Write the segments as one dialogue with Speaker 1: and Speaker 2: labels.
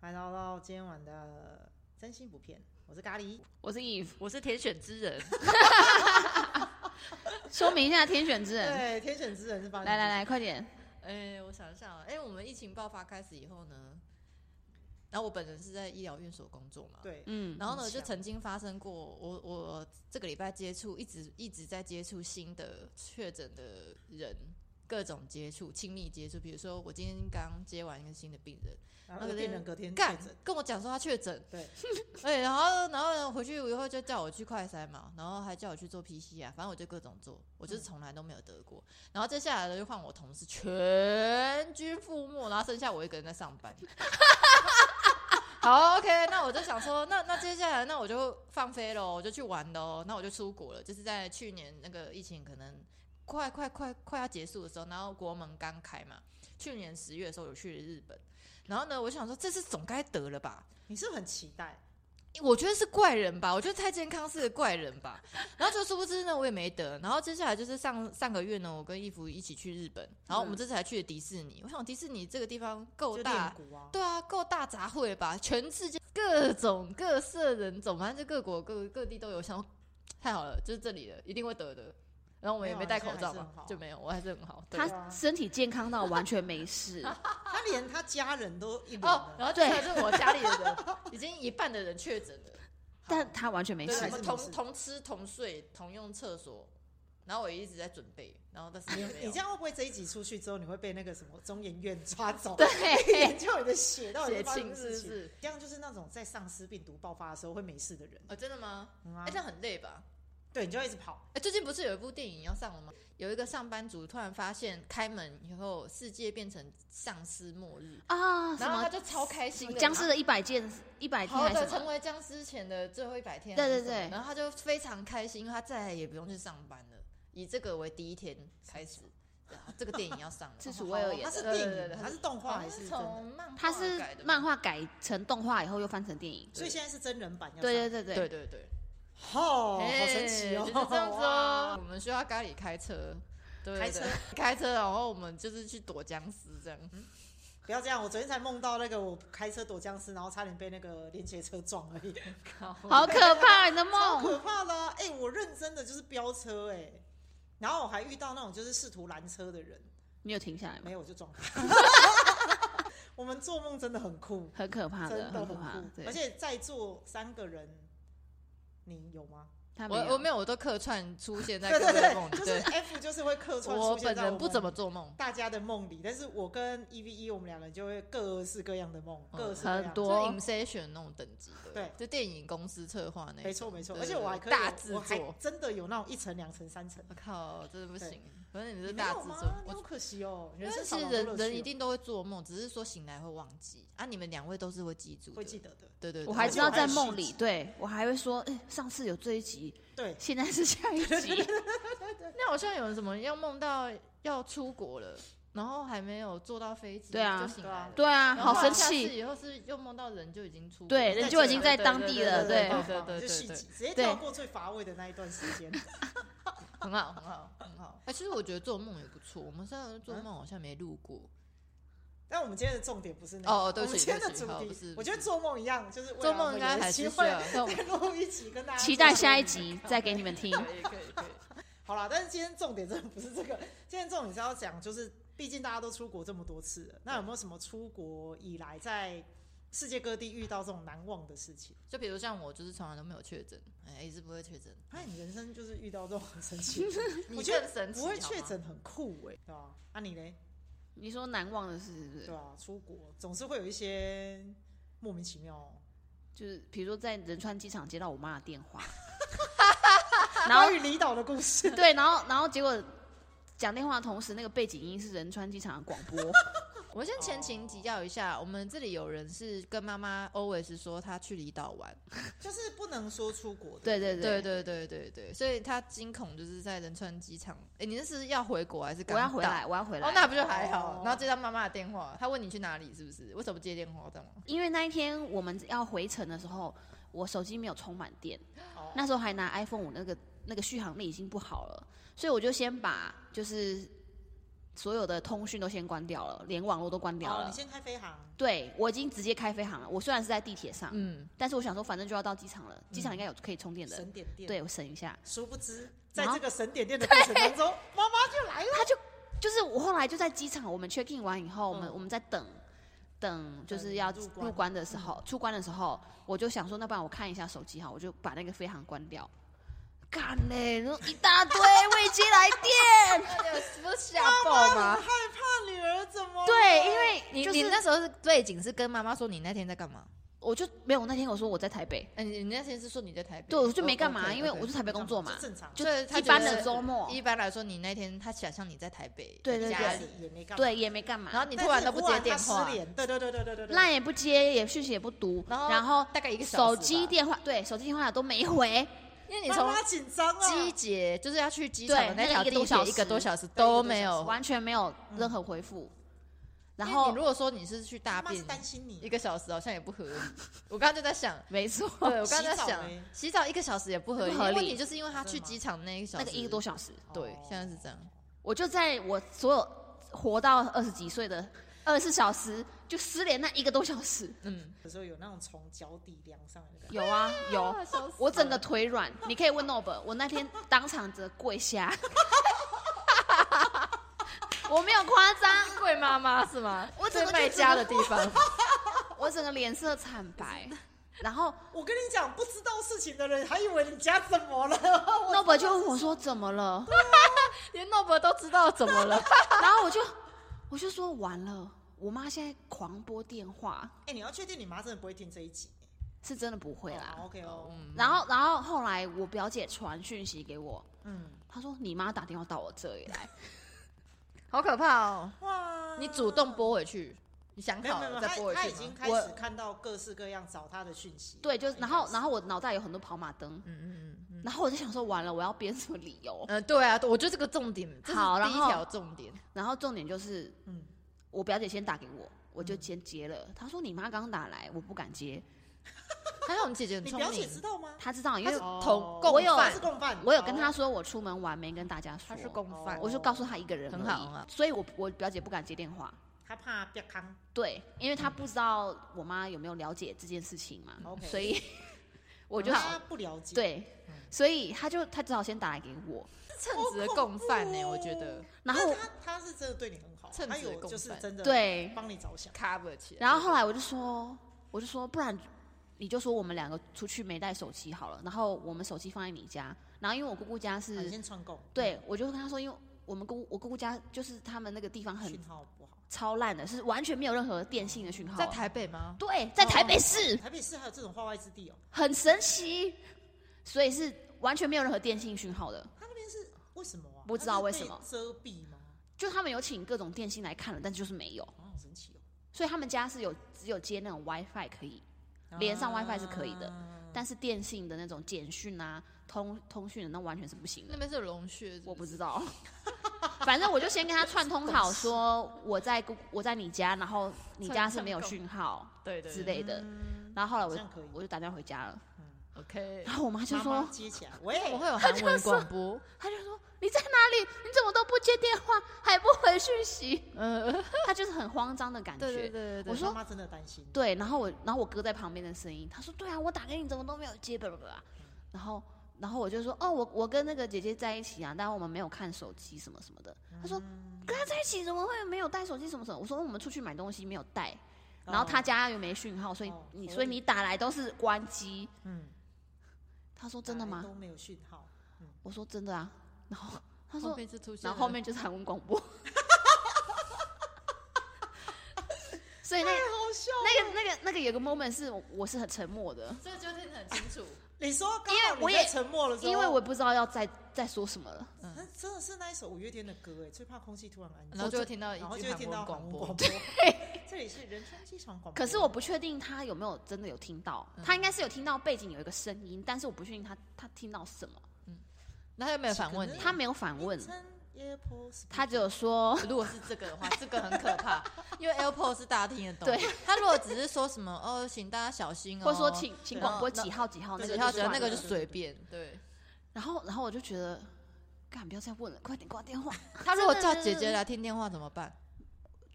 Speaker 1: 来到到今天晚的真心不骗，我是咖喱，
Speaker 2: 我是 Eve，
Speaker 3: 我是天选之人，
Speaker 2: 说明一下天选之人，
Speaker 1: 对，天选之人是吧？
Speaker 2: 来来来，快点，
Speaker 3: 哎、我想一下啊，哎、我们疫情爆发开始以后呢，然后我本人是在医疗院所工作嘛，
Speaker 1: 对，
Speaker 2: 嗯，
Speaker 3: 然后呢，
Speaker 1: 很
Speaker 3: 就
Speaker 1: 强
Speaker 3: 曾经发生过，我我这个礼拜接触一直一直在接触新的确诊的人，各种接触、亲密接触，比如说我今天刚接完一个新的病人，
Speaker 1: 然后那个病人隔天确
Speaker 3: 干
Speaker 1: 诊，
Speaker 3: 跟我讲说他确诊，
Speaker 1: 对，
Speaker 3: 哎，然后然后呢回去以后就叫我去快筛嘛，然后还叫我去做 PCR，反正我就各种做，我
Speaker 1: 嗯
Speaker 3: 就是从来都没有得过。然后接下来呢就换我同事全军覆没，然后剩下我一个人在上班。好，OK，那我就想说，那那接下来那我就放飞喽，我就去玩喽，那我就出国了，就是在去年那个疫情可能快快快快要结束的时候，然后国门刚开嘛，去年十月的时候有去日本，然后呢，我想说这次总该得了吧，
Speaker 1: 你是不是很期待？
Speaker 3: 我觉得是怪人吧，我觉得太健康是个怪人吧。然后就殊不知呢，我也没得。然后接下来就是上上个月呢，我跟义芙一起去日本，然后我们这次还去了迪士尼。我想迪士尼这个地方够
Speaker 1: 就
Speaker 3: 大
Speaker 1: 练，骨啊，
Speaker 3: 对啊，够大杂烩吧，全世界各种各色人种，反正就各国各各地都有。想说太好了，就是这里了，一定会得的。然后我们也
Speaker 1: 没有
Speaker 3: 没
Speaker 1: 啊
Speaker 3: 戴
Speaker 1: 你现
Speaker 3: 口
Speaker 1: 在
Speaker 3: 罩
Speaker 1: 还是
Speaker 3: 嘛
Speaker 1: 很好啊，
Speaker 3: 就没有，我还是很好。对。
Speaker 2: 他身体健康到完全没 事，
Speaker 1: 啊他连他家人都一脸
Speaker 3: 哦，
Speaker 1: 的，
Speaker 3: 然后接下来就是我家里的人， 已经一半的人确诊了。
Speaker 1: 啊
Speaker 2: 但他完全没
Speaker 3: 对，
Speaker 2: 事
Speaker 3: 我
Speaker 1: 还，是
Speaker 3: 们
Speaker 1: 没
Speaker 3: 同
Speaker 1: 事
Speaker 3: 同吃同睡同用厕所，然后我也一直在准备，然后 但是也没有。
Speaker 1: 你这样会不会这一集出去之后，你会被那个什么中研院抓走？
Speaker 2: 对，
Speaker 1: 研究你的血到底
Speaker 3: 血
Speaker 1: 是发生
Speaker 3: 清
Speaker 1: 什么
Speaker 3: 是不
Speaker 1: 事情？
Speaker 3: 是？
Speaker 1: 这样就是那种在丧尸病毒爆发的时候会没事的人，
Speaker 3: 哦，真的吗？
Speaker 1: 嗯啊
Speaker 3: 哎、这样很累吧？
Speaker 1: 对，你就要一直跑，
Speaker 3: 哎、最近不是有一部电影要上了吗？有一个上班族突然发现开门以后，世界变成丧尸末日，
Speaker 2: 啊，什
Speaker 3: 然后他
Speaker 2: 么
Speaker 3: 就超开心的。
Speaker 2: 僵尸的一百件，一百天
Speaker 3: 好
Speaker 2: 还
Speaker 3: 的，
Speaker 2: 是
Speaker 3: 成
Speaker 2: 什么？
Speaker 3: 为僵尸前的最后一百天。
Speaker 2: 对对
Speaker 3: 还是什么
Speaker 2: 对
Speaker 3: 然后他就非常开心，因为他再也不用去上班了，以这个为第一天开始。对啊这个电影要 上了，哦
Speaker 2: 是楚威尔演
Speaker 1: 他
Speaker 2: 的，
Speaker 1: 是
Speaker 3: 对对
Speaker 1: 电
Speaker 3: 对
Speaker 1: 影，
Speaker 3: 对哦
Speaker 1: 他是动画还是真的？
Speaker 3: 从漫
Speaker 2: 他是
Speaker 3: 改的
Speaker 2: 漫
Speaker 3: 吧，
Speaker 2: 画改成动画以后又翻成电影，
Speaker 1: 所以现在是真人版要上，
Speaker 2: 对对对
Speaker 3: 对，对对，
Speaker 1: 吼，好神奇哦，
Speaker 3: 哎就是这样子哦
Speaker 1: 哇。
Speaker 3: 我们需要咖喱开车，对
Speaker 1: 开车，
Speaker 3: 对对开车，然后我们就是去躲僵尸这样。
Speaker 1: 不要这样，我昨天才梦到那个我开车躲僵尸，然后差点被那个连接车撞而已，
Speaker 2: 好可怕你的
Speaker 1: 超
Speaker 2: 梦，
Speaker 1: 可怕的啊、哎、我认真的就是飙车哎、然后我还遇到那种就是试图拦车的人，
Speaker 2: 你有停下来吗
Speaker 1: 没？有我就撞他。 我们做梦真的很酷，
Speaker 2: 很可怕
Speaker 1: 真
Speaker 2: 很
Speaker 1: 很
Speaker 2: 可怕，
Speaker 1: 酷，而
Speaker 2: 对，
Speaker 1: 且在座三个人，你有吗？
Speaker 2: 他没
Speaker 3: 我
Speaker 2: 有
Speaker 3: 我没有，我都客串出现 在
Speaker 1: 对
Speaker 3: 各
Speaker 1: 对
Speaker 3: 位的梦
Speaker 1: 对，
Speaker 3: 里。
Speaker 1: 就是 F 就是会客串
Speaker 3: 我
Speaker 1: 出现
Speaker 3: 本
Speaker 1: 在
Speaker 3: 人不
Speaker 1: 们
Speaker 3: 怎么做梦，
Speaker 1: 大家的梦里，但是我跟 E V E 我们两个人就会各式各样的梦，
Speaker 3: 嗯
Speaker 1: 各式各样
Speaker 2: 很
Speaker 1: 的。
Speaker 2: 多
Speaker 3: 就是 Inception 那种等级的，
Speaker 1: 对
Speaker 3: 就电影公司策划那种。
Speaker 1: 没错没错，
Speaker 3: 对
Speaker 1: 而且我还可以
Speaker 3: 大制
Speaker 1: 我还
Speaker 3: 作。
Speaker 1: 真的有那种一层、两层、三层。
Speaker 3: 我靠，真的不
Speaker 1: 对
Speaker 3: 行，反正你是
Speaker 1: 你没
Speaker 3: 大
Speaker 1: 有
Speaker 3: 制
Speaker 1: 吗？
Speaker 3: 作，
Speaker 1: 你
Speaker 3: 我
Speaker 1: 好可惜哦，
Speaker 3: 因
Speaker 1: 人
Speaker 3: 为
Speaker 1: 生少
Speaker 3: 其实
Speaker 1: 好多乐
Speaker 3: 人
Speaker 1: 趣哦
Speaker 3: 人一定都会做梦，只是说醒来会忘记啊。你们两位都是会记住的，
Speaker 1: 会记得的。
Speaker 3: 对对，对
Speaker 2: 我还知道在梦
Speaker 1: 我还有续
Speaker 2: 里，
Speaker 1: 集
Speaker 2: 对我还会说，哎，上次有这一集，
Speaker 1: 对，
Speaker 2: 现在是下一 集，
Speaker 3: 那好像有什么要梦到要出国了，然后还没有坐到飞机，
Speaker 2: 对啊
Speaker 3: 就醒来了，
Speaker 2: 对啊，
Speaker 3: 然后
Speaker 2: 好生
Speaker 3: 下次
Speaker 2: 气，
Speaker 3: 以后是又梦到人就已经出国了，
Speaker 2: 对，人就已经在
Speaker 3: 对
Speaker 2: 当地了，
Speaker 3: 对
Speaker 2: 对
Speaker 3: 对，
Speaker 1: 对就续集，直接跳过最乏味的那一段时 间。
Speaker 3: 很好很好很好。哎，其实我觉得做梦也不错，我们现在做梦好像没录过，
Speaker 1: 但我们今天的重点不是那个，
Speaker 3: 哦哦对
Speaker 1: 我
Speaker 3: 不
Speaker 1: 们
Speaker 3: 起
Speaker 1: 今天的
Speaker 3: 对不起
Speaker 1: 主
Speaker 3: 好不
Speaker 1: 题
Speaker 3: 是，
Speaker 1: 我觉得做梦一样，就是未来
Speaker 3: 做梦应该
Speaker 1: 我们有
Speaker 3: 还
Speaker 1: 机
Speaker 3: 是
Speaker 1: 会
Speaker 3: 需要
Speaker 2: 那我
Speaker 1: 再录一集跟大家
Speaker 2: 期待
Speaker 1: 做
Speaker 2: 下一集再给你们听。
Speaker 3: 可以可以可以。
Speaker 1: 好啦，但是今天重点真的不是这个，今天重点是要讲，就是毕竟大家都出国这么多次了，那有没有什么出国以来在世界各地遇到这种难忘的事情？
Speaker 3: 就比如像我，就是从来都没有确诊，哎，一直不会确诊，
Speaker 1: 哎，你人生就是遇到这种很神奇的，
Speaker 3: 你
Speaker 1: 我觉得
Speaker 3: 更神奇，
Speaker 1: 不会
Speaker 3: 好吗
Speaker 1: 确，诊很酷哎、对吧、啊？你嘞？
Speaker 2: 你说难忘的事是不
Speaker 1: 对
Speaker 2: 是？
Speaker 1: 吧、出国总是会有一些莫名其妙。
Speaker 2: 就是比如说在仁川机场接到我妈的电 话，然后
Speaker 1: 关于离岛的故事，
Speaker 2: 对，然后然后结果讲电话的同时，那个背景音是仁川机场的广 播，
Speaker 3: 我先前情提要一下，我们这里有人是跟妈妈 always 说她去离岛玩，
Speaker 1: 就是不能说出国的。
Speaker 2: 对对
Speaker 3: 对
Speaker 2: 对，
Speaker 3: 对对对对，所以他惊恐就是在仁川机场。哎、你那是要回国还是刚
Speaker 2: 我要
Speaker 3: 到
Speaker 2: 回？来，我要回来。
Speaker 3: 哦，那不就还好
Speaker 1: 哦？
Speaker 3: 然后接到妈妈的电话，他问你去哪里，是不是？为什么不接电话？这样吗？
Speaker 2: 因为那一天我们要回程的时候，我手机没有充满电，
Speaker 1: 哦
Speaker 2: 那时候还拿 iPhone 五那个那个续航力已经不好了，所以我就先把就是所有的通讯都先关掉了，连网络都关掉
Speaker 1: 好，
Speaker 2: 了。
Speaker 1: 哦你先开飞航，
Speaker 2: 对我已经直接开飞航了。我虽然是在地铁上，
Speaker 3: 嗯，
Speaker 2: 但是我想说，反正就要到机场了，机场
Speaker 1: 嗯
Speaker 2: 应该有可以充电的，
Speaker 1: 省点电。，
Speaker 2: 对我省一下。
Speaker 1: 殊不知在
Speaker 2: 然后
Speaker 1: 这个省点电的过程当中，妈妈就
Speaker 3: 哎
Speaker 1: 来了。
Speaker 2: 就是我后来就在机场，我们 check in 完以后，我们、
Speaker 1: 嗯
Speaker 2: 我们在等等，就是
Speaker 1: 等
Speaker 2: 要
Speaker 1: 入关
Speaker 2: 入关
Speaker 3: 嗯
Speaker 2: 的时候，出关的时候，我就想说，那不然我看一下手机哈，我就把那个飞航关掉。干嘞，然后一大 堆未接来电。
Speaker 3: 哎
Speaker 4: 不是吓爆吗？
Speaker 1: 怕女儿怎么了？
Speaker 2: 对，因为
Speaker 3: 哦你、
Speaker 2: 就是
Speaker 3: 你那时候是背景是跟妈妈说你那天在干嘛？
Speaker 2: 我就没有那天我说我在台北，
Speaker 3: 哎、你你那天是说你在台北？
Speaker 2: 对，我就没干嘛，
Speaker 3: OK，OK
Speaker 2: 因为我是台北工作嘛
Speaker 1: 就，正常，
Speaker 2: 就
Speaker 3: 所以他
Speaker 2: 一
Speaker 3: 觉
Speaker 2: 般
Speaker 3: 得
Speaker 2: 的周末，
Speaker 3: 一般来说，你那天他想象你在台北
Speaker 2: 对对
Speaker 3: 家
Speaker 1: 家
Speaker 3: 里
Speaker 1: 里，也没干嘛。
Speaker 2: 对，也没干嘛，
Speaker 3: 然后
Speaker 1: 但
Speaker 3: 你
Speaker 1: 是
Speaker 3: 突然都不接电
Speaker 1: 忽然
Speaker 3: 话
Speaker 1: 她，失联对对对对对对对。
Speaker 2: 烂也不接，也讯息也不读，
Speaker 3: 然后
Speaker 2: 然后
Speaker 3: 大概一个小时
Speaker 2: 手
Speaker 3: 吧
Speaker 2: 机，电话对手机电话都没回，
Speaker 3: 因为你
Speaker 1: 妈
Speaker 3: 从
Speaker 1: 妈紧张啊，
Speaker 3: 机捷就是要去机场的
Speaker 2: 对
Speaker 3: 那条
Speaker 2: 那一个多
Speaker 3: 地
Speaker 2: 小
Speaker 3: 铁
Speaker 2: 时
Speaker 3: 一个多小时 都没有。嗯
Speaker 2: 完全没有任何回复。然
Speaker 3: 因为
Speaker 2: 后
Speaker 3: 你如果说你是去大
Speaker 1: 妈妈是
Speaker 3: 便，
Speaker 1: 担心你
Speaker 3: 一。个小时好像也不合理。我刚刚就 在想，
Speaker 2: 没错，
Speaker 3: 对我刚刚在
Speaker 1: 洗
Speaker 2: 哦
Speaker 1: 澡
Speaker 3: 想
Speaker 1: 嘞，
Speaker 3: 洗澡一个小时也不合理。
Speaker 2: 欸不合理
Speaker 3: 问题就是因为他去
Speaker 1: 真的吗
Speaker 3: 机场那一个 小
Speaker 2: 那
Speaker 3: 时，
Speaker 2: 个一个多小时，
Speaker 3: 对
Speaker 1: 哦，
Speaker 3: 现在是这样。
Speaker 2: 我就在我所有活到二十几岁的二十四小时，就失联那一个多小时。
Speaker 3: 嗯，
Speaker 1: 有时候有那种从脚底凉上来的感觉。
Speaker 2: 有 啊，有，
Speaker 3: 笑死
Speaker 2: 我整个腿软。你可以问 Nob，我那天当场则跪 下，我没有夸张，
Speaker 3: 贵妈妈是吗？
Speaker 2: 我整
Speaker 3: 最
Speaker 2: 个就
Speaker 3: 卖家的地 方，
Speaker 2: 我整个脸色惨白。然后
Speaker 1: 我跟你讲，不知道事情的人还以为你家怎么了。
Speaker 2: Nob 就问我说：“怎么了？”
Speaker 3: 连诺伯都知道怎么了。
Speaker 2: 然后我就我就说完了，我妈现在狂拨电话，
Speaker 1: 哎，你要确定你妈真的不会听这一集。
Speaker 2: 是真的不会啦。
Speaker 1: 哦 OK 哦，
Speaker 3: 嗯，
Speaker 2: 然后然后后来我表姐传讯息给我，
Speaker 1: 嗯，
Speaker 2: 她说你妈打电话到我这里来，
Speaker 3: 好可怕哦！
Speaker 1: 哇，
Speaker 3: 你主动拨回去，你想
Speaker 1: 没有
Speaker 3: 好
Speaker 1: 没有，
Speaker 3: 了
Speaker 1: 没有
Speaker 3: 再
Speaker 1: 他
Speaker 3: 拨回
Speaker 1: 他
Speaker 3: 去
Speaker 1: 已经
Speaker 3: 吗？
Speaker 1: 开始看到各式各样找他的讯息。
Speaker 2: 对， 就然后然
Speaker 1: 后
Speaker 2: 后我脑袋有很多跑马灯，
Speaker 3: 嗯嗯嗯嗯。
Speaker 2: 然后我就想说完了，我要编什么理由？
Speaker 3: 呃，对啊，我觉得这个重点，这是
Speaker 2: 好然
Speaker 3: 第一
Speaker 2: 后
Speaker 3: 条重点。
Speaker 2: 然后重点就是
Speaker 1: 嗯，
Speaker 2: 我表姐先打给我，我就先接了，她说你妈刚打来，我不敢接，
Speaker 3: 还好我们姐姐很
Speaker 1: 你
Speaker 3: 聪
Speaker 1: 表姐
Speaker 3: 明，
Speaker 1: 知道吗？
Speaker 2: 她知道，因
Speaker 3: 她
Speaker 2: 为
Speaker 3: 是
Speaker 1: 哦
Speaker 3: 同
Speaker 2: 我有
Speaker 1: 她
Speaker 3: 共犯
Speaker 1: 是，共犯，
Speaker 2: 我有跟她
Speaker 1: 哦
Speaker 2: 说我出门玩没跟大家说
Speaker 3: 她，是共犯
Speaker 1: 哦。
Speaker 2: 我就告诉她一个人而已，
Speaker 3: 很好很好
Speaker 2: 所以我我表姐不敢接电话。
Speaker 1: 她怕被康。
Speaker 2: 对，因为他不知道我妈有没有了解这件事情嘛，
Speaker 1: OK
Speaker 2: 所以我就
Speaker 1: 她不了解。
Speaker 2: 对，所以他就他只好先打来给我，
Speaker 3: 称职的共
Speaker 1: 哦
Speaker 3: 犯呢、欸我觉得
Speaker 2: 然
Speaker 1: 但
Speaker 2: 后
Speaker 1: 是她她是真的对你很好，
Speaker 3: 趁
Speaker 1: 她
Speaker 3: 此
Speaker 1: 有
Speaker 3: 共
Speaker 1: 就是
Speaker 3: 犯
Speaker 1: 真的
Speaker 2: 对，
Speaker 1: 帮你着想。
Speaker 3: cover 起来。
Speaker 2: 然后后来我就说，我就说，不然你就说我们两个出去没带手机好了，然后我们手机放在你家，然后因为我姑姑家
Speaker 1: 啊你
Speaker 2: 是，
Speaker 1: 先串供，
Speaker 2: 对我就跟他说，因为我们姑我姑姑家就是他们那个地方很
Speaker 1: 讯号不好。
Speaker 2: 超烂的，是完全没有任何电信的讯号，
Speaker 3: 在台北吗？
Speaker 2: 对，在台北
Speaker 1: 哦
Speaker 2: 市，
Speaker 1: 台北市还有这种化外之地哦，
Speaker 2: 很神奇，所以是完全没有任何电信讯号的。
Speaker 1: 他那边是为什么啊？
Speaker 2: 不知道
Speaker 1: 它是
Speaker 2: 为什么
Speaker 1: 被遮蔽吗？
Speaker 2: 就他们有请各种电信来看了，但就是没有，
Speaker 1: 哦好神奇
Speaker 2: 所以他们家是有只有接那种 WiFi 可以，
Speaker 1: 哦，
Speaker 2: 连上 WiFi 是可以的
Speaker 1: 啊
Speaker 2: 但是电信的那种简讯啊、通通讯的那完全是不行
Speaker 3: 那
Speaker 2: 的。
Speaker 3: 边是有龙穴是
Speaker 2: 我
Speaker 3: 不
Speaker 2: 不
Speaker 3: 是，
Speaker 2: 知道，反正我就先跟他串通好，说我在姑我在你家，然后你家是没有讯号
Speaker 3: 对对
Speaker 2: 之
Speaker 3: 对
Speaker 2: 类的。
Speaker 1: 嗯
Speaker 2: 然后后来
Speaker 1: 好
Speaker 2: 我
Speaker 1: 像可以。
Speaker 2: 我就打电话回家了，
Speaker 3: 嗯，OK。
Speaker 2: 然后我妈就
Speaker 1: 妈
Speaker 2: 说
Speaker 1: 妈，接起来，
Speaker 3: 我
Speaker 1: 喂，
Speaker 3: 会有韩文广播，
Speaker 2: 她就说你在哪里？你怎么都不接电话，还不回讯 息？
Speaker 3: 嗯，
Speaker 2: 她就是很慌张的感觉。
Speaker 3: 对对对对对，
Speaker 2: 我说
Speaker 1: 妈妈真的担心。
Speaker 2: 对，然后我，然后我哥在旁边的声音，他说：“对啊，我打给你怎么都没有接，叭叭叭。”然后，然后我就说：“哦，我我跟那个姐姐在一起啊，但我们没有看手机什么什么的。”他说
Speaker 1: 嗯
Speaker 2: 跟她在一起怎么会没有带手机什么什么？我说我们出去买东西没有带，然后
Speaker 1: 哦
Speaker 2: 他家又没讯号，所以
Speaker 1: 哦
Speaker 2: 你
Speaker 1: 合
Speaker 2: 所以
Speaker 1: 理
Speaker 2: 你打来都是关机。
Speaker 1: 嗯，
Speaker 2: 他说：“真的
Speaker 1: 哪来
Speaker 2: 吗
Speaker 1: 都没有讯号。？”
Speaker 2: 我说：“真的啊。”然后他
Speaker 3: 后
Speaker 2: 说
Speaker 3: 面是出：“现，
Speaker 2: 然后后面就是韩文广播。”所以那
Speaker 1: 好笑。
Speaker 2: 那个那个那个有个 moment 是我我是很沉默的。
Speaker 3: 这就听得很清楚，
Speaker 1: 你说，刚
Speaker 2: 因为
Speaker 1: 好你
Speaker 2: 我
Speaker 1: 在
Speaker 2: 也
Speaker 1: 沉默了，
Speaker 2: 因为我不知道要再再说什么了。
Speaker 1: 那真的是那一首五月天的歌哎，最怕空气突嗯然安静，
Speaker 3: 然后就会听到一
Speaker 1: 然后
Speaker 3: 句
Speaker 1: 就会
Speaker 3: 韩
Speaker 1: 听到
Speaker 3: 文
Speaker 1: 广
Speaker 3: 广播
Speaker 1: 播，。这里是仁川机场广播。
Speaker 2: 可是我不确定他有没有真的有听到，他应该是有听到背景有一个声音，但是我不确定他他听到什么，
Speaker 3: 那他有没有反问你？
Speaker 2: 他没有反问
Speaker 1: 凌，晨夜波是不是
Speaker 2: 他只有说
Speaker 3: 如果是这个的话，这个很可怕，因 为 AirPods 是大家听得懂。
Speaker 2: 对，
Speaker 3: 他如果只是说什么哦，请大家小心哦，
Speaker 2: 或者说请请
Speaker 3: 对
Speaker 2: 广播
Speaker 3: 那
Speaker 2: 几号几号那
Speaker 1: 对
Speaker 2: 个
Speaker 3: 只
Speaker 2: 就
Speaker 3: 要
Speaker 1: 号
Speaker 3: 觉
Speaker 1: 几
Speaker 3: 得
Speaker 1: 号
Speaker 2: 算
Speaker 3: 那个就
Speaker 2: 了
Speaker 1: 对对
Speaker 3: 随便，对，
Speaker 2: 然后然后我就觉得干，不要再问了，快点挂电话。
Speaker 3: 他如果叫姐姐来听电话怎么办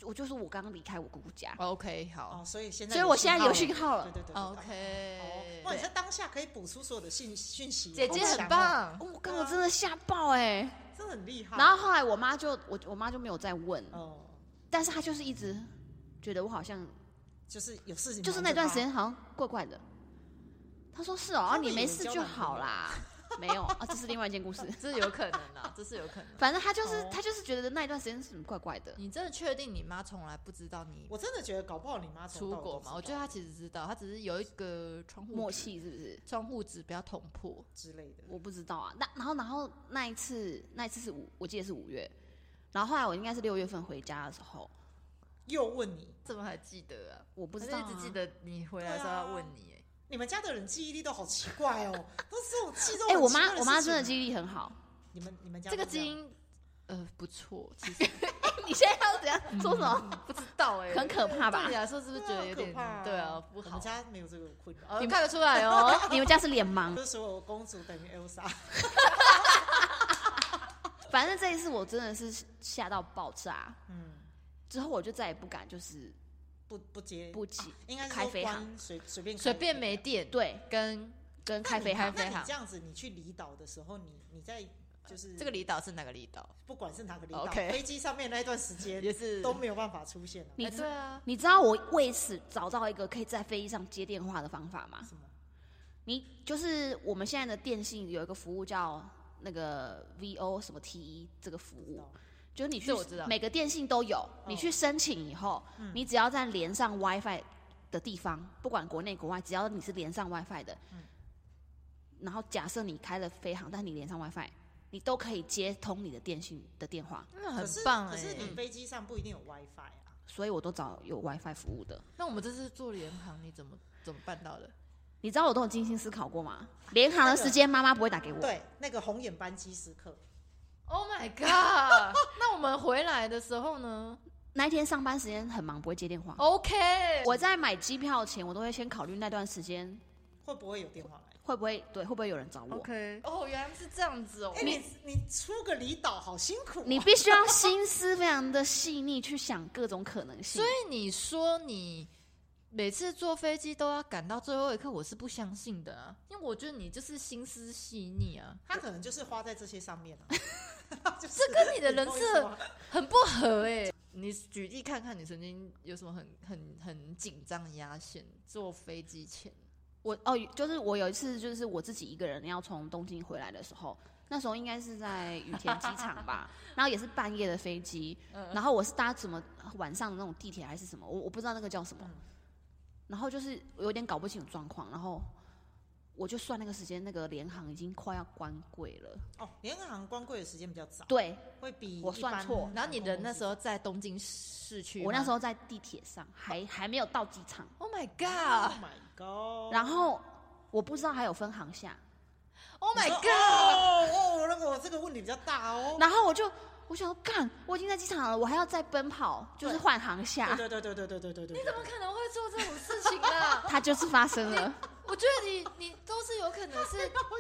Speaker 2: 我就是我刚离开我姑姑家，
Speaker 3: ？OK，好
Speaker 1: 哦，所以现在
Speaker 2: 所以我现在有讯
Speaker 1: 号
Speaker 2: 号
Speaker 1: 了，
Speaker 2: 了
Speaker 1: 哦对。对对对
Speaker 3: ，OK，
Speaker 1: 对哇，你在当下可以补出所有的信讯息，
Speaker 3: 姐姐
Speaker 1: 好
Speaker 3: 很
Speaker 1: 强哦，
Speaker 3: 棒，
Speaker 2: 哦我刚我真的吓爆哎、
Speaker 1: 真的很厉害。
Speaker 2: 然后后来我妈就我我妈就没有再问，
Speaker 1: 哦，
Speaker 2: 但是她就是一直觉得我好像
Speaker 1: 就是有事情忙吧，
Speaker 2: 就是那段时间好像怪怪的。她说是哦，啊
Speaker 1: 她们
Speaker 2: 你
Speaker 1: 以
Speaker 2: 没
Speaker 1: 为
Speaker 2: 事
Speaker 1: 交
Speaker 2: 就
Speaker 1: 男朋
Speaker 2: 好
Speaker 1: 友
Speaker 2: 啦，没有啊，这是另外一件故事。
Speaker 3: 这有可能啊，这是有可能。
Speaker 2: 反正她就是
Speaker 1: 哦
Speaker 2: 她就是觉得那一段时间是怪怪的，
Speaker 3: 你真的确定你妈从来不知道你
Speaker 1: 我真的觉得搞不好你妈从
Speaker 3: 出
Speaker 1: 头到尾
Speaker 3: 国
Speaker 1: 都
Speaker 3: 吗？
Speaker 1: 知
Speaker 3: 我觉
Speaker 1: 道
Speaker 3: 得她其实知道，她只是有一个窗户
Speaker 2: 默契是不是？
Speaker 3: 窗户纸不要捅破。
Speaker 1: 之类的，
Speaker 2: 我不知道啊。那然后然后那一次那一次是五，我记得是五月，然后后来我应该是六月份回家的时候，
Speaker 1: 又问你，
Speaker 3: 怎么还记得啊？
Speaker 2: 我不
Speaker 3: 我
Speaker 2: 知
Speaker 3: 是
Speaker 2: 道、
Speaker 3: 一
Speaker 2: 啊，
Speaker 3: 直记得你回来的时候要
Speaker 1: 啊
Speaker 3: 问你、哎
Speaker 1: 你们家的人记忆力都好奇怪哦， 都是这种记这
Speaker 2: 哎、
Speaker 1: 种
Speaker 2: 我
Speaker 1: 奇怪
Speaker 2: 妈我妈真的
Speaker 1: 事情，
Speaker 2: 记忆力很好。
Speaker 1: 你们你们家
Speaker 3: 这个
Speaker 1: 都样
Speaker 3: 基因呃不错，其实
Speaker 2: 你现在要怎样说什么？
Speaker 3: 不知道哎、
Speaker 2: 很可怕
Speaker 3: 对
Speaker 2: 吧
Speaker 3: 你？来说是不是觉得有点
Speaker 1: 对啊好可怕
Speaker 3: 对啊不
Speaker 1: 我
Speaker 3: 好
Speaker 1: 们？家没有这个困扰，
Speaker 3: 哦看得出来哦，
Speaker 2: 你们家是脸盲
Speaker 1: 就，是所有公主等于 Elsa，
Speaker 2: 反正这一次我真的是吓到爆炸，
Speaker 1: 嗯，
Speaker 2: 之后我就再也不敢就是
Speaker 1: 不不接，
Speaker 2: 不急，
Speaker 1: 应该是
Speaker 2: 开
Speaker 1: 说
Speaker 2: 飞
Speaker 1: 关
Speaker 2: 航
Speaker 1: 随随便开
Speaker 3: 随便
Speaker 1: 飞
Speaker 3: 没
Speaker 1: 航
Speaker 3: 电
Speaker 2: 对，
Speaker 3: 跟
Speaker 2: 跟
Speaker 1: 那
Speaker 2: 开
Speaker 1: 你
Speaker 2: 飞
Speaker 1: 看
Speaker 2: 航
Speaker 3: 开
Speaker 1: 那
Speaker 3: 飞
Speaker 1: 你
Speaker 3: 航
Speaker 1: 这样子，你去离岛的时候，你你在就是
Speaker 3: 这个离岛是哪个离岛？
Speaker 1: 不管是哪个离岛，
Speaker 3: OK
Speaker 1: 飞机上面那一段时间
Speaker 3: 也是
Speaker 1: 都没有办法出现啊。
Speaker 2: 你
Speaker 3: 哎
Speaker 2: 知
Speaker 3: 对啊，
Speaker 2: 你知道我为此找到一个可以在飞机上接电话的方法
Speaker 3: 啊
Speaker 2: 吗？
Speaker 1: 什么？
Speaker 2: 你就是我们现在的电信有一个服务叫那个 VO 什么 TE 这个服
Speaker 1: 不知
Speaker 2: 务
Speaker 1: 道，
Speaker 2: 就是你去
Speaker 3: 这我知道哦嗯
Speaker 2: 每个电信都有，你去申请以后，你只要在连上 WiFi 的地方，不管国内国外，只要你是连上 WiFi 的，
Speaker 3: 嗯
Speaker 2: 然后假设你开了飞航，但你连上 WiFi，你都可以接通你的电信的电话，
Speaker 3: 那
Speaker 1: 可
Speaker 3: 很
Speaker 1: 是
Speaker 3: 棒
Speaker 1: 可
Speaker 3: 哎、
Speaker 1: 是你飞机上不一定有 WiFi 啊。
Speaker 2: 所以我都找有 WiFi 服务的。
Speaker 3: 那我们这次做联航，你怎么怎么办到的？
Speaker 2: 你知道我都有精心思考过
Speaker 3: 啊
Speaker 2: 吗？联航的时间妈妈不会打给我，
Speaker 1: 对，那个红眼班机时刻，
Speaker 3: Oh my god！那 我们回来的时候呢
Speaker 2: 那一天上班时间很忙，不会接电话。
Speaker 3: ？OK，
Speaker 2: 我在买机票前，我都会先考虑那段时间
Speaker 1: 会不会有电话来？
Speaker 2: 会不会对会不会有人找我。
Speaker 3: OK，哦，原来是这样子哦
Speaker 1: 哎，。你你出个离岛好辛苦哦。
Speaker 2: 你必须要心思非常的细腻，去想各种可能性
Speaker 3: 所。以你说你每次坐飞机都要赶到最后一刻，我是不相信的啊，因为我觉得你就是心思细腻啊，
Speaker 1: 他可能就是花在这些上面了。 就是
Speaker 3: 这跟你的人
Speaker 1: 懂我意思
Speaker 3: 设
Speaker 1: 吗
Speaker 3: 很不合哎、你举例看看，你曾经有什么很很很紧张压线？坐飞机前，
Speaker 2: 我哦，就是我有一次，就是我自己一个人要从东京回来的时候，那时候应该是在羽田机场 吧，然后也是半夜的飞机，然后我是搭什么晚上的那种地铁还是什么，我我不知道那个叫什么
Speaker 1: 嗯，
Speaker 2: 然后就是有点搞不清楚状况，然后我就算那个时间，那个联航已经快要关柜了，
Speaker 1: 哦，联航关柜的时间比较早，
Speaker 2: 对
Speaker 1: 会比
Speaker 2: 我
Speaker 1: 一
Speaker 2: 算
Speaker 1: 般
Speaker 2: 错
Speaker 1: 航
Speaker 3: 然后你
Speaker 1: 空
Speaker 3: 人
Speaker 1: 公
Speaker 3: 那
Speaker 1: 司
Speaker 3: 时候在东京市区吗，
Speaker 2: 我那时
Speaker 3: 候
Speaker 2: 候在地铁上，还还没有到机场。
Speaker 3: ，Oh my
Speaker 1: ，Oh
Speaker 3: God，Oh
Speaker 1: my god！
Speaker 2: 然后我不知道还有分航厦，
Speaker 3: Oh my
Speaker 1: 你说
Speaker 2: Oh.
Speaker 1: 哦
Speaker 3: God，
Speaker 1: 哦，那个我这个问题比较大哦。
Speaker 2: 然后我就我想说干，我已经在机场了，我还要再奔跑，就是换航厦，
Speaker 1: 对对对对对对对对对。
Speaker 3: 怎么可能会做这种事情啊？
Speaker 2: 它就是发生 了。
Speaker 3: 我觉得你你都是有可能 是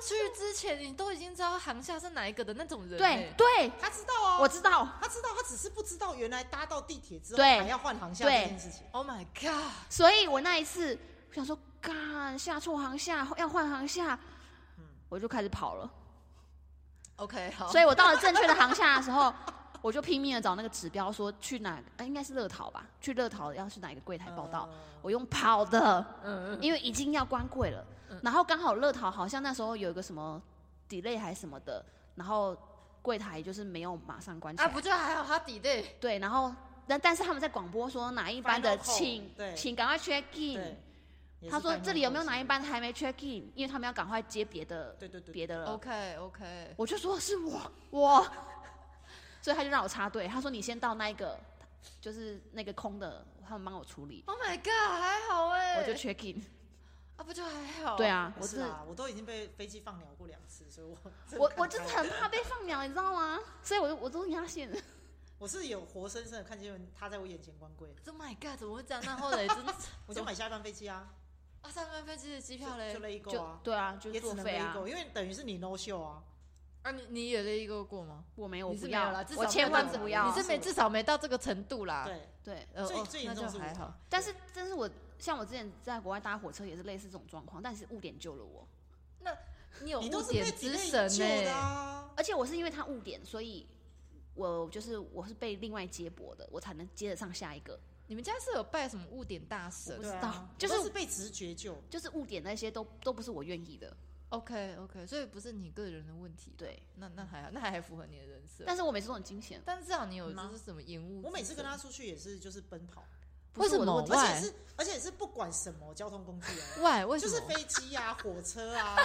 Speaker 3: 去之前你都已经知道航下是哪一个的那种人、欸
Speaker 2: 对对，
Speaker 1: 他知道啊，
Speaker 2: 我知道，
Speaker 1: 他知道，他只是不知道原来搭到地铁之后
Speaker 2: 对
Speaker 1: 还要换航向
Speaker 2: 对
Speaker 1: 这件事情。
Speaker 3: ，Oh my God，
Speaker 2: 所以我那一次我想说干下错航厦，要换航厦，
Speaker 1: 嗯
Speaker 2: 我就开始跑了。
Speaker 3: OK，好，
Speaker 1: 哦
Speaker 2: 所以我到了正确的航厦的时候。 我就拼命的找那个指标，说去哪，呃、应该是乐桃吧，去乐桃要去哪一个柜台哎报到。
Speaker 1: 呃
Speaker 2: 我用跑的，
Speaker 3: 嗯
Speaker 2: 因为已经要关柜了，
Speaker 1: 嗯
Speaker 2: 然后刚好乐淘好像那时候有一个什么 delay 还是什么的，然后柜台就是没有马上关起
Speaker 3: 啊，
Speaker 2: 来，
Speaker 3: 不就还好他抵对，
Speaker 2: 对，然后但但是他们在广播说哪一班的
Speaker 1: Final call，
Speaker 2: 请
Speaker 1: 对
Speaker 2: 请赶快 check
Speaker 1: 对
Speaker 2: in，，
Speaker 1: 也是
Speaker 2: 嗯他说
Speaker 1: 办
Speaker 2: 这里有没有
Speaker 1: 公司
Speaker 2: 哪一？班还没 check in，因为他们要赶快接别的
Speaker 1: 对对对，
Speaker 2: 别的了，
Speaker 3: OK OK，
Speaker 2: 我就说是我我，所以他就让我插队，他说你先到那一个就是那个空的，他们帮我处理，
Speaker 3: Oh my God，还好哎、
Speaker 2: 我就 check in，
Speaker 3: 啊，不就还好，
Speaker 2: 对，啊，
Speaker 1: 不
Speaker 2: 我
Speaker 1: 是
Speaker 2: 真的
Speaker 1: 啊，我都已经被飞机放鸟过两次，所以我真的
Speaker 2: 我
Speaker 1: 看
Speaker 2: 我
Speaker 1: 开
Speaker 2: 真的很怕被放鸟，你知道吗？所以我就我都压线了。
Speaker 1: 我是有活生生的看见他在我眼前关柜，
Speaker 3: ，Oh my God，怎么会这样？那后来真的 是
Speaker 1: 我就买下一班飞机啊，
Speaker 3: 啊，上班飞机的机
Speaker 1: 就
Speaker 3: 票嘞
Speaker 1: 就，勒一
Speaker 2: 就
Speaker 1: 个啊，
Speaker 2: 对啊，就
Speaker 1: 也只
Speaker 2: 是作
Speaker 1: 能
Speaker 2: 废
Speaker 1: 勒一
Speaker 2: 啊。
Speaker 1: 个，因为等于是你 no show 啊，
Speaker 3: 啊，你你也累过过吗？
Speaker 2: 我没有，我
Speaker 3: 你
Speaker 2: 不
Speaker 3: 是没有
Speaker 2: 要
Speaker 3: 啦，至，少
Speaker 2: 我千万
Speaker 1: 没有
Speaker 2: 不
Speaker 1: 啊
Speaker 2: 要。
Speaker 3: 你是没至少没到这个程度
Speaker 2: 啊
Speaker 3: 啦。，
Speaker 1: 对，
Speaker 2: 对，
Speaker 3: 呃，
Speaker 1: 最
Speaker 3: 哦
Speaker 1: 最
Speaker 3: 那
Speaker 1: 严
Speaker 3: 就
Speaker 1: 重是
Speaker 3: 还
Speaker 1: 我
Speaker 3: 好。
Speaker 2: 但是但是我像我之前在国外搭火车也是类似这种状况，但是误点救了我，
Speaker 3: 你有
Speaker 1: 你都
Speaker 3: 误
Speaker 1: 是被
Speaker 3: 点
Speaker 1: 体
Speaker 3: 之
Speaker 1: 内
Speaker 3: 神欸
Speaker 1: 救
Speaker 3: 呢、
Speaker 1: 的啊。
Speaker 2: 而且我是因为他误点，所以我就是我是被另外接驳的，我才能接得上下一个。
Speaker 3: 你们家是有拜什么误点大神
Speaker 2: 不
Speaker 1: 对
Speaker 2: 知
Speaker 1: 啊
Speaker 2: 道，就是
Speaker 1: 我都是被直觉救。
Speaker 2: 就是误点那些都都不是我愿意的，
Speaker 3: ？OK OK，所以不是你个人的问题。，
Speaker 2: 对。
Speaker 3: 那那还好，那还符合你的人设。
Speaker 2: 但是我每次都很惊险，
Speaker 3: 但至少你有
Speaker 1: 吗
Speaker 3: 就是什么延误之神。
Speaker 1: 我每次跟他出去也是就是奔跑，
Speaker 2: 不是
Speaker 3: 为什
Speaker 2: 我的
Speaker 3: 么
Speaker 2: 问题
Speaker 3: Why？
Speaker 1: 而且是而且是不管什么交通工具啊，
Speaker 3: 喂，为什
Speaker 1: 就
Speaker 3: 么？
Speaker 1: 是飞机啊、火车啊、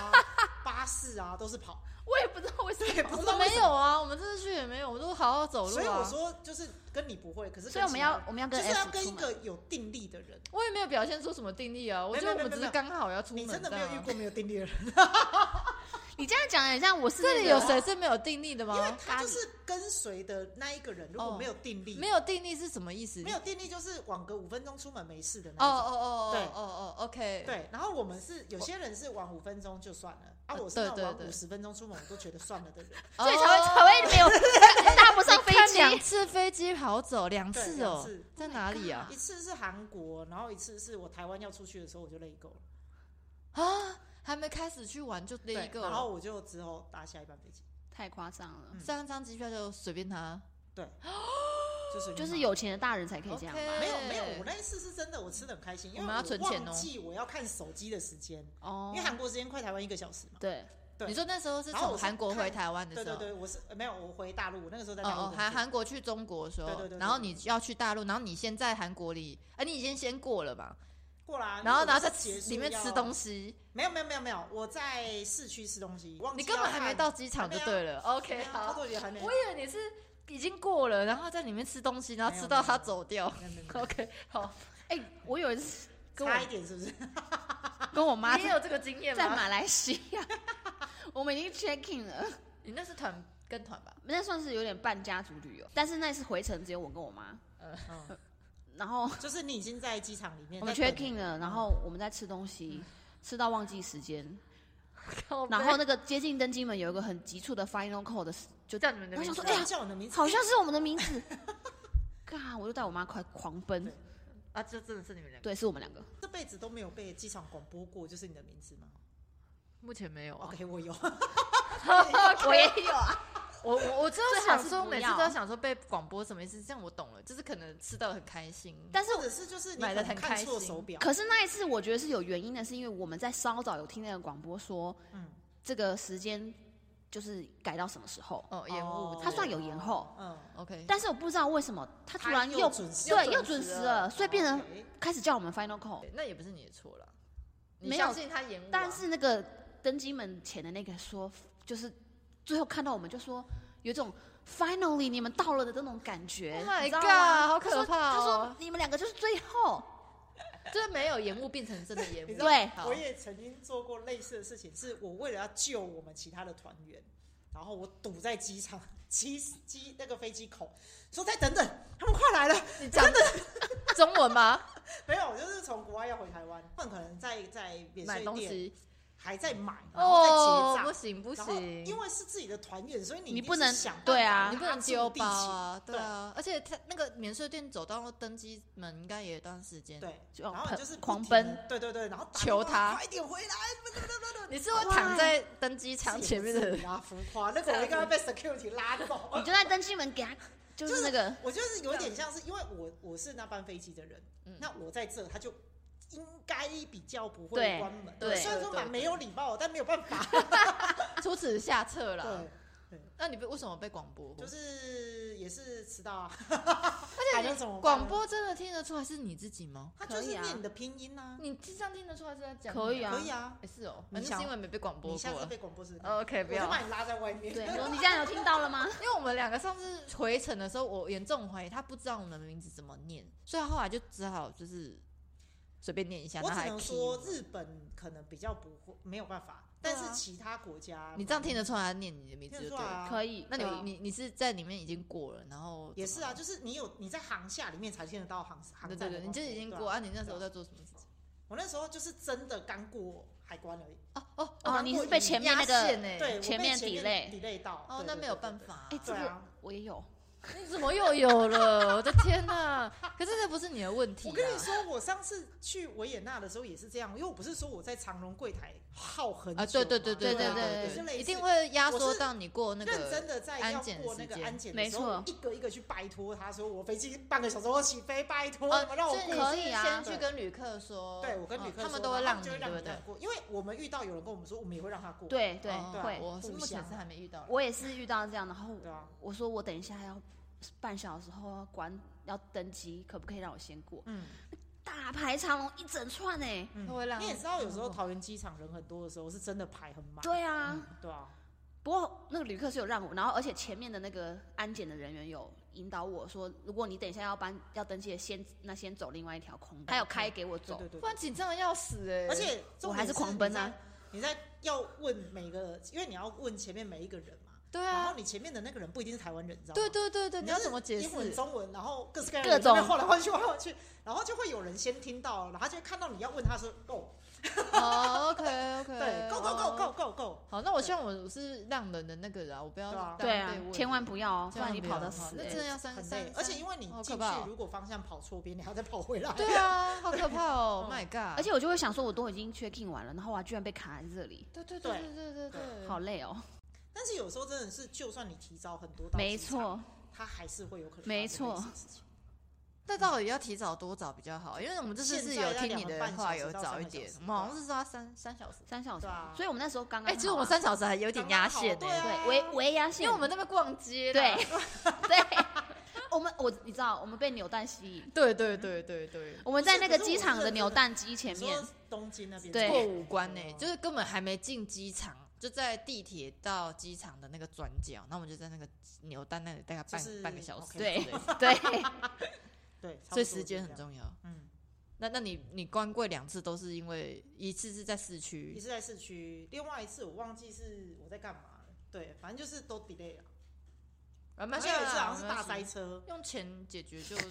Speaker 1: 巴士啊都是跑，
Speaker 2: 我也不知道为什
Speaker 1: 不
Speaker 2: 么。
Speaker 1: 知
Speaker 3: 我
Speaker 1: 道
Speaker 3: 们
Speaker 1: 为
Speaker 3: 没
Speaker 1: 什
Speaker 3: 有啊，我们这次去也没有，我们都好好走路啊。
Speaker 1: 所以我说就是跟你不会，可是跟
Speaker 2: 所以我们要我们要
Speaker 1: 其他
Speaker 2: 跟
Speaker 1: 人就是要跟
Speaker 2: S 出
Speaker 1: 一
Speaker 2: 门
Speaker 1: 个有定力的人。
Speaker 3: 我也没有表现出什么定力啊，我
Speaker 1: 没
Speaker 3: 觉得我
Speaker 1: 没
Speaker 3: 们
Speaker 1: 没
Speaker 3: 只
Speaker 1: 没
Speaker 3: 是刚好要出门。
Speaker 1: 你真的没有
Speaker 3: 这
Speaker 1: 遇
Speaker 3: 样啊
Speaker 1: 过？没有定力的人，
Speaker 2: 你这样讲很像我是
Speaker 3: 这
Speaker 2: 那
Speaker 3: 里
Speaker 2: 个
Speaker 3: 有谁是没有定力的
Speaker 1: 啊因为
Speaker 3: 吗？
Speaker 1: 他就是跟随的那一个人，如果
Speaker 3: 哦
Speaker 1: 没有定力，
Speaker 3: 没有定力是什么意思？
Speaker 1: 没有定力就是晚个五分钟出门没事的
Speaker 3: 哦。
Speaker 1: 那
Speaker 3: 哦
Speaker 1: 种。
Speaker 3: 哦哦
Speaker 1: 对
Speaker 3: 哦哦哦，OK。，
Speaker 1: 对，然后我们是有些人是晚五分钟就算了，啊，
Speaker 3: 呃
Speaker 1: 我是那
Speaker 3: 对
Speaker 1: 种
Speaker 3: 对
Speaker 1: 晚
Speaker 3: 对
Speaker 1: 五十分钟出门我都觉得算了的人。
Speaker 3: 哦
Speaker 2: 所以才 会才会没有搭不上飞
Speaker 3: 看两
Speaker 2: 机。
Speaker 3: 次飞机跑走，两
Speaker 1: 对
Speaker 3: 次
Speaker 1: 两
Speaker 3: 哦
Speaker 1: 次，Oh
Speaker 3: 在哪里 啊？
Speaker 1: 一次是韩国，然后一次是我台湾要出去的时候我就累够了，
Speaker 3: 啊，还没开始去玩就那
Speaker 1: 对
Speaker 3: 一个，
Speaker 1: 然后我就之后搭下一班飞机，
Speaker 2: 太夸张了，
Speaker 1: 嗯
Speaker 3: 三张机票就随便他。
Speaker 1: 就是
Speaker 2: 嗯就是有钱的大人才可以这样吧？
Speaker 1: 没有没有，我那一次是真的我吃的很开心，因
Speaker 3: 我
Speaker 1: 为
Speaker 3: 们要存钱哦
Speaker 1: 忘记我要看手机的时间，
Speaker 2: 哦
Speaker 1: 因为，韩国时间快台湾一个小时嘛。
Speaker 2: 对，
Speaker 1: 对
Speaker 3: 你说那时候是
Speaker 1: 然后
Speaker 3: 从
Speaker 1: 我是
Speaker 3: 韩国
Speaker 1: 看
Speaker 3: 回台湾的
Speaker 1: 对
Speaker 3: 时候
Speaker 1: 对，对，我是呃没有我回大陆，我那个时候在大陆
Speaker 3: 哦
Speaker 1: 工
Speaker 3: 哦，
Speaker 1: 作
Speaker 3: 韩韩国去中国的时
Speaker 1: 对
Speaker 3: 候
Speaker 1: 对对，对
Speaker 3: 然后
Speaker 1: 对
Speaker 3: 你要去大陆，然后你先在韩国里，哎，你已经先过了吧？
Speaker 1: 过啦，
Speaker 3: 然后然后在
Speaker 1: 在
Speaker 3: 里面吃东，西，
Speaker 1: 没有没有没有没有，我在市区吃东西，忘记
Speaker 3: 你根本还没
Speaker 1: 要看啊
Speaker 3: 到机场就对了。OK，
Speaker 1: 差不
Speaker 3: 好，
Speaker 1: 多也还没，
Speaker 3: 我以为你是已经过了，然后在里面吃东西，然后
Speaker 1: 没
Speaker 3: 吃
Speaker 1: 有
Speaker 3: 到
Speaker 1: 没有
Speaker 3: 他走掉。
Speaker 1: 没有没有没有
Speaker 3: OK，好，
Speaker 2: 哎，我有一次跟
Speaker 1: 差一
Speaker 2: 我
Speaker 1: 点是不 是？
Speaker 2: 跟我妈
Speaker 3: 你也有这个经验
Speaker 2: 在
Speaker 3: 吗？
Speaker 2: 马来西亚， 我们已经 check in 了，
Speaker 3: 你那是团跟团吧？
Speaker 2: 那算是有点半家族旅游，但是那次回程只有我跟我妈，
Speaker 1: 嗯
Speaker 2: 然后
Speaker 1: 就是你已经在机场里面，
Speaker 2: 我们
Speaker 1: 在等
Speaker 2: check in 了，然后我们在吃东西，吃到忘记时间，然
Speaker 3: 然
Speaker 2: 后那个接近登机门有一个很急促的 final call 的时，就
Speaker 3: 叫你们的
Speaker 2: 我
Speaker 3: 名
Speaker 2: 想
Speaker 3: 字
Speaker 2: 说
Speaker 1: 突
Speaker 2: 哎
Speaker 1: 然
Speaker 2: 呀
Speaker 1: 叫你的名字，
Speaker 2: 好像是我们的名字， 嘎，我就带我妈快狂奔
Speaker 1: 对，
Speaker 3: 啊，这真的是你们两个，
Speaker 2: 对，是我们两个，
Speaker 1: 哎这辈子都没有被机场广播过，就是你的名字吗
Speaker 3: 目前没有啊。
Speaker 1: ？OK，我有，
Speaker 2: 哦 我也有啊，
Speaker 3: 我我我真
Speaker 2: 最
Speaker 3: 的
Speaker 2: 好
Speaker 3: 想
Speaker 2: 是
Speaker 3: 说，
Speaker 2: 不
Speaker 3: 每次
Speaker 2: 要
Speaker 3: 都要想说被广播什么意思？这样我懂了，就是可能吃到很开心。
Speaker 2: 但是
Speaker 1: 或者是就是你
Speaker 3: 买得
Speaker 1: 可能
Speaker 3: 很
Speaker 1: 看
Speaker 3: 开
Speaker 1: 错
Speaker 3: 心
Speaker 1: 手表，
Speaker 2: 可是那一次我觉得是有原因的，是因为我们在稍早有听那个广播说
Speaker 1: 嗯
Speaker 2: 这个时间就是改到什么时候，
Speaker 3: 哦，延误
Speaker 1: 哦
Speaker 3: 之类的，
Speaker 2: 它算有延后，
Speaker 1: 嗯，
Speaker 3: OK。
Speaker 2: 但是我不知道为什么它突然
Speaker 1: 他
Speaker 2: 又
Speaker 1: 准时，
Speaker 2: 对又准时了，所以变成
Speaker 1: OK
Speaker 2: 开始叫我们 final call。
Speaker 3: 那也不是你的错了，你
Speaker 2: 没有
Speaker 3: 相信他延误啊，
Speaker 2: 但是那个登机门前的那个说，就是最后看到我们就说，有一种 finally 你们到了的这种感觉。
Speaker 3: Oh my
Speaker 2: 你知道吗
Speaker 3: god，好可
Speaker 2: 他说
Speaker 3: 怕
Speaker 2: 他
Speaker 3: 哦
Speaker 2: 说你们两个就是最后，
Speaker 3: 就是没有延误变成真的延
Speaker 1: 你
Speaker 3: 误。
Speaker 1: 知
Speaker 2: 道对
Speaker 3: 好
Speaker 1: 我也曾经做过类似的事情，是我为了要救我们其他的团员，然后我堵在机场机机那个飞机口，说再等等，他们快来了。
Speaker 3: 你讲的中文 吗？
Speaker 1: 没有，我就是从国外要回台湾，他们可能在在免
Speaker 3: 买
Speaker 1: 税
Speaker 3: 东
Speaker 1: 店
Speaker 3: 西
Speaker 1: 还在买，然后
Speaker 3: 哦
Speaker 1: 在，结
Speaker 3: 不
Speaker 1: 账。
Speaker 3: 行不
Speaker 1: 然后
Speaker 3: 行，
Speaker 1: 因为是自己的团员，所以你
Speaker 2: 你
Speaker 1: 一定
Speaker 2: 不
Speaker 1: 是
Speaker 2: 能
Speaker 1: 想办
Speaker 2: 对
Speaker 1: 法
Speaker 2: 啊
Speaker 3: 你不
Speaker 1: 拉
Speaker 3: 能
Speaker 1: 住
Speaker 3: 丢
Speaker 1: 地
Speaker 3: 包
Speaker 1: 勤
Speaker 3: 啊，
Speaker 1: 对
Speaker 3: 对啊，而且他那个免税店走到登机门应该也有一段时间。
Speaker 1: 对，
Speaker 2: 就
Speaker 1: 然后你
Speaker 2: 喷
Speaker 1: 就是不
Speaker 2: 狂
Speaker 1: 停
Speaker 2: 奔
Speaker 1: 地，对对对，然后打电
Speaker 3: 求
Speaker 1: 话
Speaker 3: 他
Speaker 1: 快点回来，
Speaker 3: 你是会躺在登机
Speaker 1: 这
Speaker 3: 场
Speaker 1: 也
Speaker 3: 前
Speaker 1: 不
Speaker 3: 面
Speaker 1: 是
Speaker 3: 的人，
Speaker 1: 你啊，浮夸，那个我应该会被 security 拉走。
Speaker 2: 你就在登机门给他，就是那个
Speaker 1: 我就是有点像是，因为我我是那班飞机的人，
Speaker 3: 嗯
Speaker 1: 那我在这，他就应该比较不会
Speaker 2: 对
Speaker 1: 关门。
Speaker 2: 对
Speaker 1: 虽然说蛮
Speaker 3: 对对
Speaker 1: 没有礼貌，但没有办法。
Speaker 3: 出啊此下策啦。
Speaker 1: 对，
Speaker 3: 那你被为什么被广 播？
Speaker 1: 就是也是迟到啊，
Speaker 3: 而
Speaker 1: 还
Speaker 3: 且
Speaker 1: 能
Speaker 3: 你
Speaker 1: 怎么办
Speaker 3: 广播真的听得出来是你自己吗？
Speaker 1: 他就是
Speaker 2: 可以啊
Speaker 1: 念你的拼音啊，
Speaker 3: 你这样听得出来是在讲
Speaker 2: 可以
Speaker 3: 啊，
Speaker 2: 啊
Speaker 1: 可以啊。
Speaker 3: 也是哦，
Speaker 1: 你
Speaker 3: 反正
Speaker 1: 想
Speaker 3: 是因为没被广播
Speaker 1: 你
Speaker 3: 过
Speaker 1: 下次
Speaker 3: 啊。
Speaker 1: 被哦广播室，
Speaker 3: OK，不
Speaker 1: 我就
Speaker 3: 要。
Speaker 1: 把你拉在外面。
Speaker 2: 对，我说你这样有听到了吗？
Speaker 3: 因为我们两个上次回程的时候，我严重怀疑他不知道我们的名字怎么念，所以他后来就只好就是随便念一下。
Speaker 1: 我
Speaker 3: 那
Speaker 1: 只
Speaker 3: 还
Speaker 1: 能
Speaker 3: key
Speaker 1: 说
Speaker 3: 嘛
Speaker 1: 日本可能比较不会，没有办法，
Speaker 3: 对啊
Speaker 1: 但是其他国家
Speaker 3: 你这样听得出来他念你的名字
Speaker 1: 听得
Speaker 3: 就
Speaker 1: 出
Speaker 3: 对
Speaker 1: 来
Speaker 3: 了。
Speaker 1: 啊，
Speaker 2: 可以，
Speaker 3: 那你
Speaker 2: 可以
Speaker 3: 你你是在里面已经过了，然后
Speaker 1: 也是啊，
Speaker 3: 怎
Speaker 1: 就是你有你在航下里面才听得到航
Speaker 3: 么，
Speaker 1: 航
Speaker 3: 对
Speaker 1: 站的
Speaker 3: 对对，
Speaker 1: 广播，
Speaker 3: 你就已经
Speaker 1: 对啊
Speaker 3: 过啊，你那时候在做什么事情？
Speaker 1: 我那时候就是真的刚过海关而已，
Speaker 3: 哦哦
Speaker 2: 哦，
Speaker 1: 难
Speaker 2: 你
Speaker 1: 过
Speaker 2: 是被
Speaker 1: 你
Speaker 2: 前面那个，
Speaker 4: 哎，
Speaker 1: 对，我被
Speaker 2: 前面 delay
Speaker 1: 底 delay 到，
Speaker 3: 哦
Speaker 1: 对，
Speaker 3: 那
Speaker 1: 对
Speaker 3: 没有
Speaker 1: 对
Speaker 3: 办
Speaker 1: 对
Speaker 3: 法
Speaker 2: 哎，这
Speaker 1: 对
Speaker 2: 个
Speaker 1: 啊
Speaker 2: 我也有，
Speaker 3: 你怎么又有了？我的天哪！可是这不是你的问题、啊。
Speaker 1: 我跟你说，我上次去维也纳的时候也是这样，因为我不是说我在长荣柜台耗很久
Speaker 3: 啊，对对对
Speaker 1: 对
Speaker 3: 对
Speaker 2: 对对
Speaker 1: 是类
Speaker 3: 对，
Speaker 1: 似
Speaker 3: 一定会压
Speaker 1: 我
Speaker 3: 缩
Speaker 1: 是
Speaker 3: 到你过那
Speaker 1: 认真
Speaker 3: 个。
Speaker 1: 的在
Speaker 3: 安
Speaker 1: 要
Speaker 3: 检的
Speaker 1: 过
Speaker 3: 时
Speaker 1: 那个
Speaker 3: 间
Speaker 1: 安检的
Speaker 2: 没
Speaker 1: 时候
Speaker 2: 错，
Speaker 1: 一个一个去拜托他说我飞机半个小时后起飞，拜托
Speaker 3: 哦
Speaker 1: 你们让我
Speaker 3: 所
Speaker 1: 过
Speaker 3: 你
Speaker 2: 可
Speaker 1: 去。
Speaker 3: 是
Speaker 2: 以啊
Speaker 3: 先
Speaker 1: 对
Speaker 3: 去跟旅客说，
Speaker 1: 对我跟旅
Speaker 3: 嗯
Speaker 1: 客说，
Speaker 3: 他们都会
Speaker 1: 然后
Speaker 3: 让你，
Speaker 1: 就会
Speaker 3: 对不
Speaker 1: 让
Speaker 3: 对
Speaker 1: 他？过，因为我们遇到有人跟我们说，我们也会让他过。
Speaker 2: 对对啊
Speaker 3: 哦
Speaker 2: 会，
Speaker 3: 我是
Speaker 1: 互
Speaker 3: 目前
Speaker 1: 相
Speaker 3: 是还没遇到。
Speaker 2: 我也是遇到这样，然后
Speaker 1: 对啊，
Speaker 2: 我说我等一下要半小时后要关要登机，可不可以让我先过？
Speaker 1: 嗯
Speaker 2: 大排长龙一整串哎，
Speaker 3: 他会让
Speaker 1: 你也知道，有时候
Speaker 3: 嗯
Speaker 1: 桃园机场人很多的时候，是真的排很满。
Speaker 2: 对啊，
Speaker 1: 对啊，
Speaker 2: 不过那个旅客是有让我，然后而且前面的那个安检的人员有引导我说，如果你等一下要搬要登记的，先那先走另外一条空道，他有开给我
Speaker 1: 对
Speaker 2: 走
Speaker 1: 对，对
Speaker 3: 不。然紧张的要死哎、
Speaker 1: 而且重
Speaker 2: 我还
Speaker 1: 点
Speaker 2: 是狂奔啊
Speaker 1: 你在！你在要问每个，因为你要问前面每一个人嘛。
Speaker 3: 对
Speaker 1: 然
Speaker 3: 啊
Speaker 1: 后，你前面的那个人不一定是台湾人，你知道吗？
Speaker 3: 对对对对，
Speaker 1: 你
Speaker 3: 你
Speaker 1: 就
Speaker 3: 要
Speaker 1: 是
Speaker 3: 怎么解
Speaker 1: 英文、
Speaker 3: 释？
Speaker 1: 中文，然后各式各样
Speaker 2: 各
Speaker 1: 的人在那
Speaker 2: 种
Speaker 1: 晃来晃去，晃来晃去，然后就会有人先听到，然后他就会看到你要问他说 “go”，
Speaker 3: 哦，OK OK，
Speaker 1: 对，“go go go go go go”，
Speaker 3: 好，那我希望我是让人的那个人啊，我不要
Speaker 1: 对啊
Speaker 3: 让
Speaker 2: 对
Speaker 3: 被
Speaker 2: 啊
Speaker 3: 问，
Speaker 2: 千万不要哦，不
Speaker 3: 千万
Speaker 2: 然你
Speaker 3: 不
Speaker 2: 跑
Speaker 3: 要
Speaker 2: 得
Speaker 3: 好
Speaker 2: 死
Speaker 3: 那
Speaker 2: 欸
Speaker 3: 真的要三
Speaker 1: 很
Speaker 3: 三
Speaker 1: 累，，而且因为你
Speaker 3: 好可
Speaker 1: 进去
Speaker 3: 怕哦
Speaker 1: 如果方向跑错边，你还要再跑回来。
Speaker 3: 对啊，好可怕 哦
Speaker 1: 啊
Speaker 3: ，My God！
Speaker 2: 而且我就会想说，我都已经 check in 完了，然后我还居然被卡在这里，
Speaker 3: 对对
Speaker 1: 对
Speaker 3: 对对对
Speaker 1: 对
Speaker 3: 对，
Speaker 2: 好累哦。
Speaker 1: 但是有时候真的是，就算你提早很多，
Speaker 2: 没，错，
Speaker 1: 他还是会有可能。
Speaker 2: 没错。
Speaker 3: 那到底要提早多早比较好？因为我们这次是有听你的话，有早
Speaker 1: 现在要两
Speaker 3: 一点
Speaker 1: 个半小时到三个小时。
Speaker 3: 我们好像是说要三三小时。
Speaker 2: 三小时
Speaker 1: 对啊，
Speaker 2: 所以我们那时候刚刚
Speaker 3: 哎，其实
Speaker 2: 好
Speaker 3: 我们
Speaker 2: 啊
Speaker 3: 三小时还有点压线呢
Speaker 1: 刚刚好对啊，
Speaker 2: 对围围压线，
Speaker 3: 因为我们那边逛街。
Speaker 1: 啊
Speaker 2: 对 对，我们我你知道，我们被扭蛋吸引，
Speaker 3: 对对对对 对，
Speaker 2: 我们在那个
Speaker 1: 不是可是
Speaker 2: 机
Speaker 1: 我
Speaker 2: 场
Speaker 1: 认
Speaker 2: 的
Speaker 1: 真
Speaker 2: 扭
Speaker 1: 的
Speaker 2: 蛋机前
Speaker 1: 你
Speaker 2: 面
Speaker 1: 说，东京那边
Speaker 2: 对
Speaker 3: 过五关呢
Speaker 1: 对啊，
Speaker 3: 就是根本还没进机场，就在地铁到机场的那个转角，那我们就在那个牛蛋那里大概半
Speaker 1: 就是
Speaker 3: 半个小时
Speaker 1: OK
Speaker 3: 之类 的，
Speaker 2: 对，
Speaker 1: 对，差不多
Speaker 3: 所以时间很
Speaker 1: 是
Speaker 3: 重
Speaker 1: 这
Speaker 3: 要。
Speaker 1: 样。嗯，
Speaker 3: 那那你你关柜两次都是因为一次是在市区
Speaker 1: 一，次在市区，另外一次我忘记是我在干嘛了。对，反正就是都 delay 了。
Speaker 3: 啊，
Speaker 1: 而
Speaker 3: 没
Speaker 1: 且
Speaker 3: 事
Speaker 1: 有
Speaker 3: 啊
Speaker 1: 一次好像是大，
Speaker 3: 没
Speaker 1: 塞
Speaker 3: 关系
Speaker 1: 车
Speaker 3: 用钱解决 就
Speaker 1: 对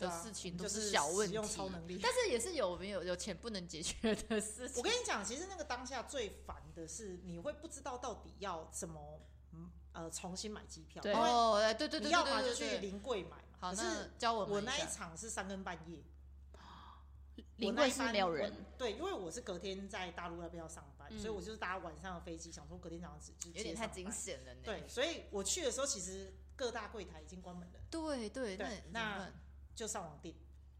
Speaker 3: 的
Speaker 1: 啊
Speaker 3: 事情
Speaker 1: 就
Speaker 3: 都
Speaker 1: 是
Speaker 3: 小问
Speaker 1: 使
Speaker 3: 题
Speaker 1: 用，超能力。
Speaker 3: 但是也是有没有有钱不能解决的事
Speaker 1: 我
Speaker 3: 情。
Speaker 1: 跟你讲，其实那个当下最烦的是，你会不知道到底要怎么，嗯呃，重新买机票，
Speaker 2: 对
Speaker 1: 因为
Speaker 3: 哦，哎对对
Speaker 1: 你
Speaker 3: 对
Speaker 1: 要
Speaker 3: 对
Speaker 1: 么就
Speaker 3: 对
Speaker 1: 去
Speaker 3: 对对，
Speaker 1: 临柜买嘛。
Speaker 3: 好，
Speaker 1: 可
Speaker 3: 那
Speaker 1: 是
Speaker 3: 教我
Speaker 1: 我
Speaker 3: 们
Speaker 1: 那一
Speaker 3: 一下。
Speaker 1: 场是三更半夜，
Speaker 2: 临
Speaker 1: 我那
Speaker 2: 柜
Speaker 1: 一
Speaker 2: 是
Speaker 1: 班
Speaker 2: 没有人，
Speaker 1: 我对，因为我是隔天在大陆那边要上班，所以我就是搭晚上的飞机，想说隔天早上只就直
Speaker 3: 嗯有
Speaker 1: 接
Speaker 3: 点
Speaker 1: 上
Speaker 3: 太
Speaker 1: 班
Speaker 3: 惊险了呢。
Speaker 1: 对，所以我去的时候，其实各大柜台已经关门了，
Speaker 3: 对对，那
Speaker 1: 对
Speaker 3: 怎么
Speaker 1: 那
Speaker 3: 办
Speaker 1: 就上网订。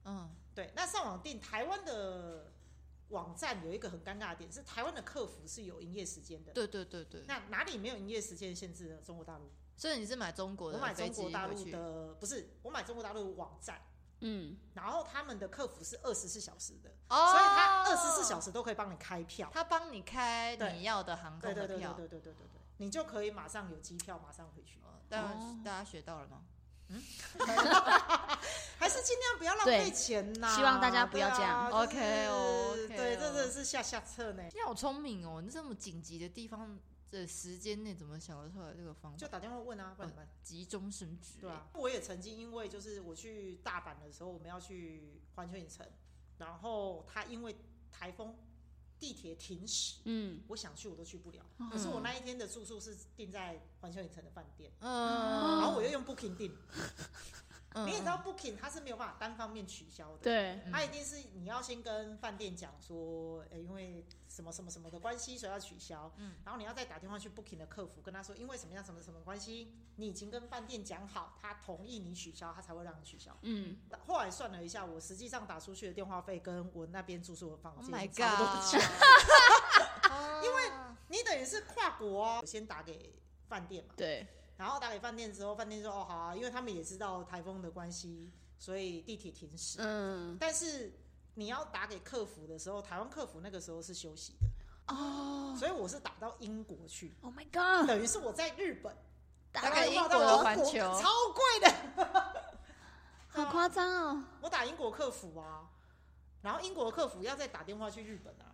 Speaker 3: 嗯，
Speaker 1: 对，那上网订台湾的网站有一个很尴尬的点是，台湾的客服是有营业时间的。
Speaker 3: 对对对对。
Speaker 1: 那哪里没有营业时间限制呢？中国大陆，
Speaker 3: 所以你是买中国
Speaker 1: 我
Speaker 3: 的
Speaker 1: 买
Speaker 3: 飞
Speaker 1: 中
Speaker 3: 机
Speaker 1: 国大
Speaker 3: 回
Speaker 1: 陆
Speaker 3: 去？
Speaker 1: 的不是，我买中国大陆的网站，
Speaker 2: 嗯，
Speaker 1: 然后他们的客服是二十四小时的，
Speaker 3: 哦
Speaker 1: 所以他二十四小时都可以帮你开票。
Speaker 3: 他帮你开
Speaker 1: 对
Speaker 3: 你要的航
Speaker 1: 对
Speaker 3: 空
Speaker 1: 对
Speaker 3: 的
Speaker 1: 对对
Speaker 3: 票。
Speaker 1: 对对对对对，你就可以马上有机票，马上回去，
Speaker 3: 哦当
Speaker 2: 哦
Speaker 3: 然，大家学到了吗？
Speaker 1: 还是尽量不要浪
Speaker 2: 对
Speaker 1: 费钱呐、
Speaker 2: 希望大家不
Speaker 1: 对
Speaker 2: 要
Speaker 1: 啊
Speaker 2: 这样
Speaker 1: 就是
Speaker 3: OK 哦，OK
Speaker 1: 对，
Speaker 3: 哦
Speaker 1: 这真的是下下策呢。
Speaker 3: 你好聪明哦！你这么紧急的地方的时间内，怎么想得出来这个方
Speaker 1: 就
Speaker 3: 法？
Speaker 1: 打电话问啊，不然怎么办？
Speaker 3: 急中生智，
Speaker 1: 对啊，我也曾经因为就是我去大阪的时候，我们要去环球影城，然后他因为台风，地铁停驶，
Speaker 2: 嗯，
Speaker 1: 我想去我都去不了。
Speaker 2: 哦
Speaker 1: 可是我那一天的住宿是定在环球影城的饭店，
Speaker 3: 嗯，
Speaker 1: 然后我又用 Booking 订。
Speaker 3: 嗯
Speaker 1: 你也知道哎 Booking 它是没有办法单方面取消的，
Speaker 2: 嗯对，
Speaker 1: 它一定是你要先跟饭店讲说，呃、因为什么什么什么的关系，所以要取消。
Speaker 3: 嗯
Speaker 1: 然后你要再打电话去 Booking 的客服，跟他说，因为什么样什么什么关系，你已经跟饭店讲好，他同意你取消，他才会让你取消。
Speaker 2: 嗯，
Speaker 1: 后来算了一下，我实际上打出去的电话费跟我那边住宿的房
Speaker 3: Oh
Speaker 1: 间
Speaker 3: my
Speaker 1: 差不多的 钱
Speaker 3: god！因啊为
Speaker 1: 你等于是跨国啊，我先打给饭店嘛，
Speaker 2: 对，
Speaker 1: 然后打给饭店之后，饭店说哦好啊，因为他们也知道台风的关系，所以地铁停驶。
Speaker 2: 嗯，
Speaker 1: 但是你要打给客服的时候，台湾客服那个时候是休息的，
Speaker 2: 哦
Speaker 1: 所以我是打到英国去，
Speaker 2: ，Oh my God，
Speaker 1: 等于是我在日 本
Speaker 2: 打
Speaker 3: 概
Speaker 1: 电话
Speaker 3: 英
Speaker 1: 到
Speaker 3: 国
Speaker 1: 英
Speaker 3: 环球
Speaker 1: 超贵的，
Speaker 2: 好夸张哦，
Speaker 1: 我打英国客服啊，然后英国客服要再打电话去日本啊，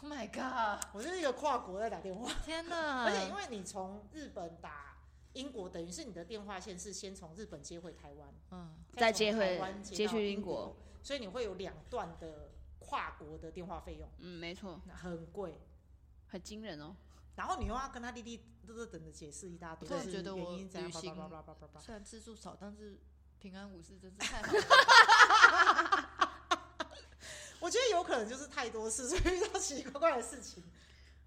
Speaker 3: ，Oh my god！
Speaker 1: 我就是一个跨国在打电话，
Speaker 3: 天哪！
Speaker 1: 而且因为你从日本打。英国等于是你的电话线是先从日本接回台湾，
Speaker 3: 嗯，
Speaker 1: 再
Speaker 2: 再
Speaker 1: 从
Speaker 2: 接回
Speaker 1: 台湾
Speaker 2: 接
Speaker 1: 到
Speaker 2: 去
Speaker 1: 英
Speaker 2: 英国
Speaker 1: 国，所以你会有两段的跨国的电话费用，
Speaker 2: 嗯，没错，
Speaker 1: 那很贵。
Speaker 2: 很惊人哦。
Speaker 1: 然后你又要跟他滴滴嘚嘚等的解释一大堆，
Speaker 3: 我突然觉得
Speaker 1: 原
Speaker 3: 我
Speaker 1: 因怎样，
Speaker 3: 旅
Speaker 1: 叭
Speaker 3: 行
Speaker 1: 叭叭叭叭叭叭。
Speaker 3: 虽然次数少，但是平安无事真是太好 了。
Speaker 1: 我觉得有可能就是太多事，所以遇到奇奇怪怪的事情。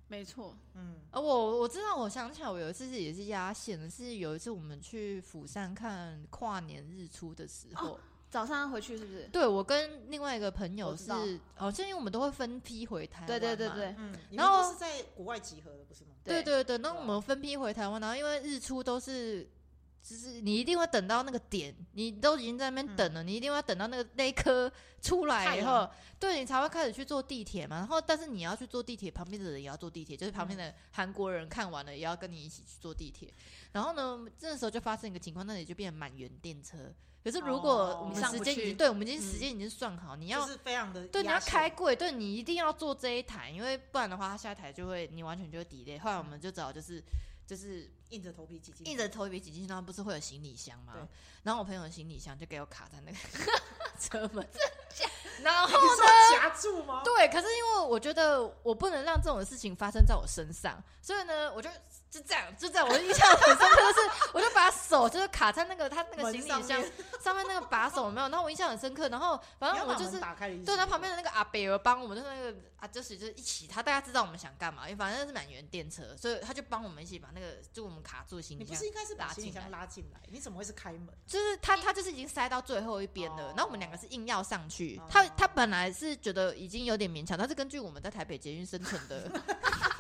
Speaker 2: 没错，
Speaker 1: 嗯，
Speaker 3: 呃，我我知道，我想起来，我有一次是也是压线的，是有一次我们去釜山看跨年日出的时候，
Speaker 2: 早上要回去是不是？
Speaker 3: 对我跟另外一个朋友
Speaker 2: 哦我知
Speaker 3: 是
Speaker 2: 道，
Speaker 3: 好像因为我们都会分批回台湾，
Speaker 2: 对对对对，
Speaker 1: 嗯，你们
Speaker 3: 然后
Speaker 1: 都是在国外集合的，不是吗？
Speaker 3: 对对对，那
Speaker 1: 对啊
Speaker 3: 我们分批回台湾，然后因为日出都是，就是你一定会等到那个点，你都已经在那边等了，你一定要等到那个那一颗出来
Speaker 1: 嗯太
Speaker 3: 以
Speaker 1: 阳
Speaker 3: 后，对你才会开始去坐地铁嘛。然后，但是你要去坐地铁，旁边的人也要坐地铁，就是旁边
Speaker 1: 嗯
Speaker 3: 的韩国人看完了也要跟你一起去坐地铁。然后呢，这时候就发生一个情况，那里就变成满员电车。可是如
Speaker 1: 哦
Speaker 3: 果我
Speaker 1: 你
Speaker 3: 们
Speaker 2: 上
Speaker 3: 时
Speaker 2: 不
Speaker 3: 间已
Speaker 2: 去
Speaker 3: 经，对我们已经
Speaker 2: 嗯
Speaker 3: 时间已经算好，你要
Speaker 1: 就是非常的
Speaker 3: 对，你要
Speaker 1: 压线
Speaker 3: 开柜，对你一定要做这一台，因为不然的话，他下一台就会你完全就会 delay。后来我们就找就是就是
Speaker 1: 硬着头皮挤进去，
Speaker 3: 硬着头皮挤进去，然后不是会有行李箱吗
Speaker 1: 嗯对？
Speaker 3: 然后我朋友的行李箱就给我卡在 那个车 门，然后
Speaker 1: 你说夹住吗？
Speaker 3: 对，可是因为我觉得我不能让这种事情发生在我身上，所以呢，我就就这样，就这样。我印象很深刻的是，我就把手就是卡在那个他那个
Speaker 1: 门
Speaker 3: 行李
Speaker 1: 上
Speaker 3: 箱上
Speaker 1: 面
Speaker 3: 面那个把手有没有？然后我印象很深刻，然后反
Speaker 1: 你要
Speaker 3: 正我
Speaker 1: 把
Speaker 3: 就
Speaker 1: 门
Speaker 3: 是
Speaker 1: 打开的意思
Speaker 3: 对，那旁边的那个阿北儿帮我们，就是那个啊，就是就是一起，他大概知道我们想干嘛，因为反正是满员电车，所以他就帮我们一起把那个就我们卡住的行
Speaker 1: 你
Speaker 3: 李
Speaker 1: 不
Speaker 3: 箱
Speaker 1: 是，应该是把
Speaker 3: 拉
Speaker 1: 行李
Speaker 3: 进来
Speaker 1: 箱拉进来？你怎么会是开门？
Speaker 3: 就是他他就是已经塞到最后一边了，
Speaker 1: 哦
Speaker 3: 然后我们两个是硬要上去，他
Speaker 1: 哦
Speaker 3: 他本来是觉得已经有点勉强，但是根据我们在台北捷运生存的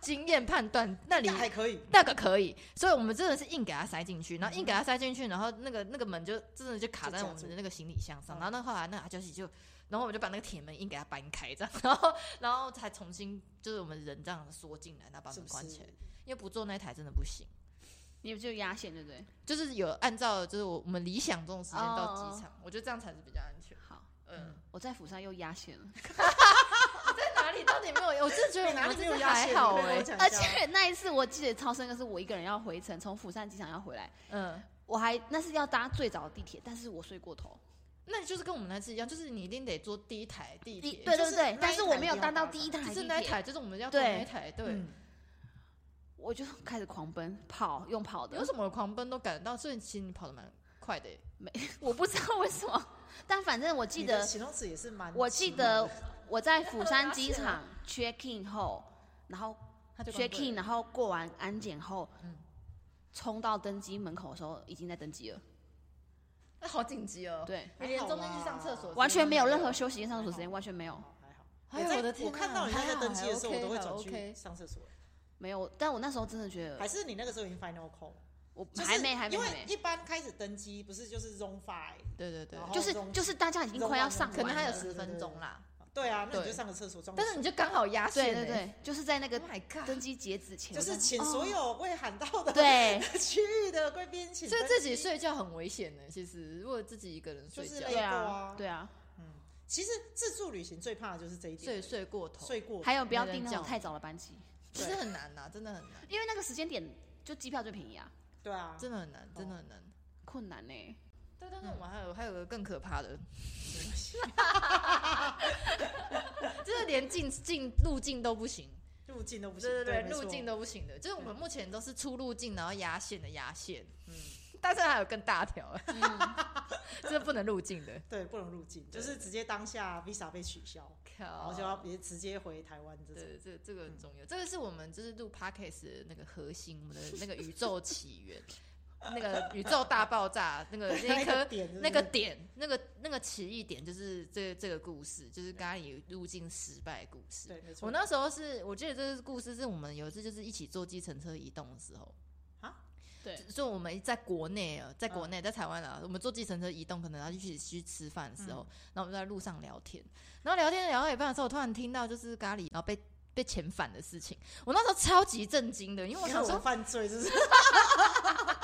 Speaker 3: 经验判断，那里
Speaker 1: 还可以，
Speaker 3: 那个可以，所以我们真的是硬给它塞进去，然后硬给它塞进去，然后那个那个门就真的就卡在我们的那个行李箱上，
Speaker 1: 就夹住
Speaker 3: 然后那后来那阿娇姐就，然后我们就把那个铁门硬给它搬开，这样， 然后然后才重新就是我们人这样缩进来，然后把
Speaker 1: 是
Speaker 3: 门
Speaker 1: 不
Speaker 3: 关
Speaker 1: 是
Speaker 3: 起来，？因为不做那一台真的不行，
Speaker 2: 你们就压线对不对？
Speaker 3: 就是有按照就是我我们理想中的时间到
Speaker 2: 哦
Speaker 3: 机场，我觉得这样才是比较安全。
Speaker 2: 好，
Speaker 3: 嗯，
Speaker 2: 我在釜山又压线 了，
Speaker 3: 在哪里到底没有？我真的觉
Speaker 1: 你
Speaker 3: 得我
Speaker 1: 哪
Speaker 3: 们
Speaker 1: 里没
Speaker 3: 真
Speaker 1: 有
Speaker 3: 的
Speaker 1: 压线？
Speaker 3: 还好哎、
Speaker 1: 你可以跟我讲一下
Speaker 2: 欸而且那一次我记得超深刻，是我一个人要回程，从釜山机场要回来，
Speaker 3: 嗯。
Speaker 2: 我还那是要搭最早的地铁，但是我睡过头，
Speaker 3: 那你就是跟我们那次一样，就是你一定得坐第一台地
Speaker 2: 一
Speaker 3: 铁，
Speaker 2: 对
Speaker 1: 就
Speaker 2: 对
Speaker 1: 是那一
Speaker 2: 对
Speaker 1: 台，
Speaker 2: 但是我没有
Speaker 1: 一定要
Speaker 2: 搭到
Speaker 1: 搭
Speaker 2: 第一台
Speaker 3: 就是
Speaker 2: 地
Speaker 3: 那一
Speaker 2: 铁，
Speaker 3: 台，就是我们要坐
Speaker 2: 对
Speaker 3: 那一台，对。
Speaker 1: 嗯
Speaker 2: 我就开始狂奔跑，用跑
Speaker 3: 你为
Speaker 2: 的，
Speaker 3: 什么狂奔都赶得到？所以其实你跑得蛮快的耶。
Speaker 2: 我不知道为什么，但反正我记
Speaker 1: 你的
Speaker 2: 得
Speaker 1: 形容词也是蛮奇妙的，哦
Speaker 2: 我记得我在釜山 机场 check in 后，然后
Speaker 3: 他就
Speaker 2: check in，然后过完安检后
Speaker 3: 嗯，
Speaker 2: 冲到登机门口的时候已经在登机了，
Speaker 3: 那好紧急哦。
Speaker 2: 对，
Speaker 3: 你连中间去上厕
Speaker 1: 还
Speaker 3: 所
Speaker 1: 好啦
Speaker 3: 的
Speaker 2: 完全没有任何
Speaker 3: 时
Speaker 2: 休息上厕所时间，完全没有，
Speaker 1: 还好。
Speaker 3: 啊哎呦
Speaker 1: 在
Speaker 3: 我的
Speaker 1: 我
Speaker 3: 天啊
Speaker 1: 看到人家在登机的时候，
Speaker 3: 还好还
Speaker 1: 我都会
Speaker 3: OK，
Speaker 1: 转
Speaker 3: 还 OK
Speaker 1: 去上厕所。
Speaker 2: 没有。但我那时候真的觉
Speaker 1: 还
Speaker 2: 得，
Speaker 1: 是你那个时候已经 final call，
Speaker 2: 我
Speaker 1: 就是
Speaker 2: 还没还没
Speaker 1: 因
Speaker 2: 还
Speaker 1: 为
Speaker 2: 没，
Speaker 1: 一般开始登机不是就是 zone five，
Speaker 3: 间对对
Speaker 1: 然后
Speaker 3: 对，
Speaker 2: 就是
Speaker 1: 中
Speaker 2: 就是大家已经快要上
Speaker 3: 可能
Speaker 2: 完
Speaker 3: 还有
Speaker 2: 了，
Speaker 3: 十分钟啦，
Speaker 1: 对啊，那你就
Speaker 3: 对
Speaker 1: 上个厕所装个
Speaker 3: 但是你就刚好压线欸
Speaker 2: 对
Speaker 3: 耶。
Speaker 2: 对对，就是在那个
Speaker 3: Oh my god！
Speaker 2: 登机截止前，
Speaker 1: 就是
Speaker 2: 我在
Speaker 1: 请所
Speaker 2: 哦
Speaker 1: 有未喊到的
Speaker 2: 对
Speaker 1: 区域的贵宾请
Speaker 3: 所
Speaker 1: 登
Speaker 3: 以
Speaker 1: 机，
Speaker 3: 自己睡觉很危险的，其实如果自己一个人睡
Speaker 1: 就是
Speaker 3: 觉
Speaker 1: 累
Speaker 2: 对，啊
Speaker 1: 过啊
Speaker 2: 对啊，
Speaker 1: 嗯，其实自助旅行最怕的就是这一点，
Speaker 3: 睡睡过头，
Speaker 1: 睡过头
Speaker 2: 还有不要
Speaker 3: 没人
Speaker 2: 订那
Speaker 3: 叫
Speaker 2: 种
Speaker 3: 你
Speaker 2: 太早的班机，
Speaker 3: 其实很难呐，啊真的很难，
Speaker 2: 因为那个时间点就机票最便宜啊，
Speaker 1: 对啊，
Speaker 3: 真的很难，真的很难。
Speaker 2: 困难呢、
Speaker 3: 对，但是
Speaker 1: 嗯
Speaker 3: 我们还有还有个更可怕的，就是连进进路径都不行。
Speaker 1: 入境都不行，
Speaker 3: 对对
Speaker 1: 对嗯
Speaker 3: 对，路径
Speaker 1: 都
Speaker 3: 都不行的，就是我们目前都是出路径，然后压线的压线，
Speaker 1: 嗯
Speaker 3: 但是还有更大条的， 这不能入 境的。
Speaker 1: 对不能入境，就
Speaker 3: 对
Speaker 1: 是直接当下 visa 被取消，然
Speaker 3: 靠
Speaker 1: 后就要别直接回台湾这种。嗯
Speaker 3: 对，这这个很重要，这个是我们就是录 podcast 的那个核心，我们的 那个宇宙起源，那个宇宙大爆炸，那个 那一颗
Speaker 1: 点就是
Speaker 3: 那个点，那个那个奇异点，就是这这个故事，就是咖喱入境失败故事。
Speaker 1: 对，没错。
Speaker 3: 我那时候是，我记得这个故事是我们有一次就是一起坐计程车移动的时候
Speaker 1: 啊，
Speaker 2: 对
Speaker 3: 就就我们在国内
Speaker 1: 嗯
Speaker 3: 啊，在国内在台湾啊，我们坐计程车移动，可能要一起去吃饭的时
Speaker 1: 嗯
Speaker 3: 候，然后我们就在路上聊天，然后聊天聊到一半的时候，我突然听到就是咖喱，然后被被遣返的事情，我那时候超级震惊的，因为我
Speaker 1: 因为
Speaker 3: 想
Speaker 1: 我
Speaker 3: 说
Speaker 1: 犯罪就是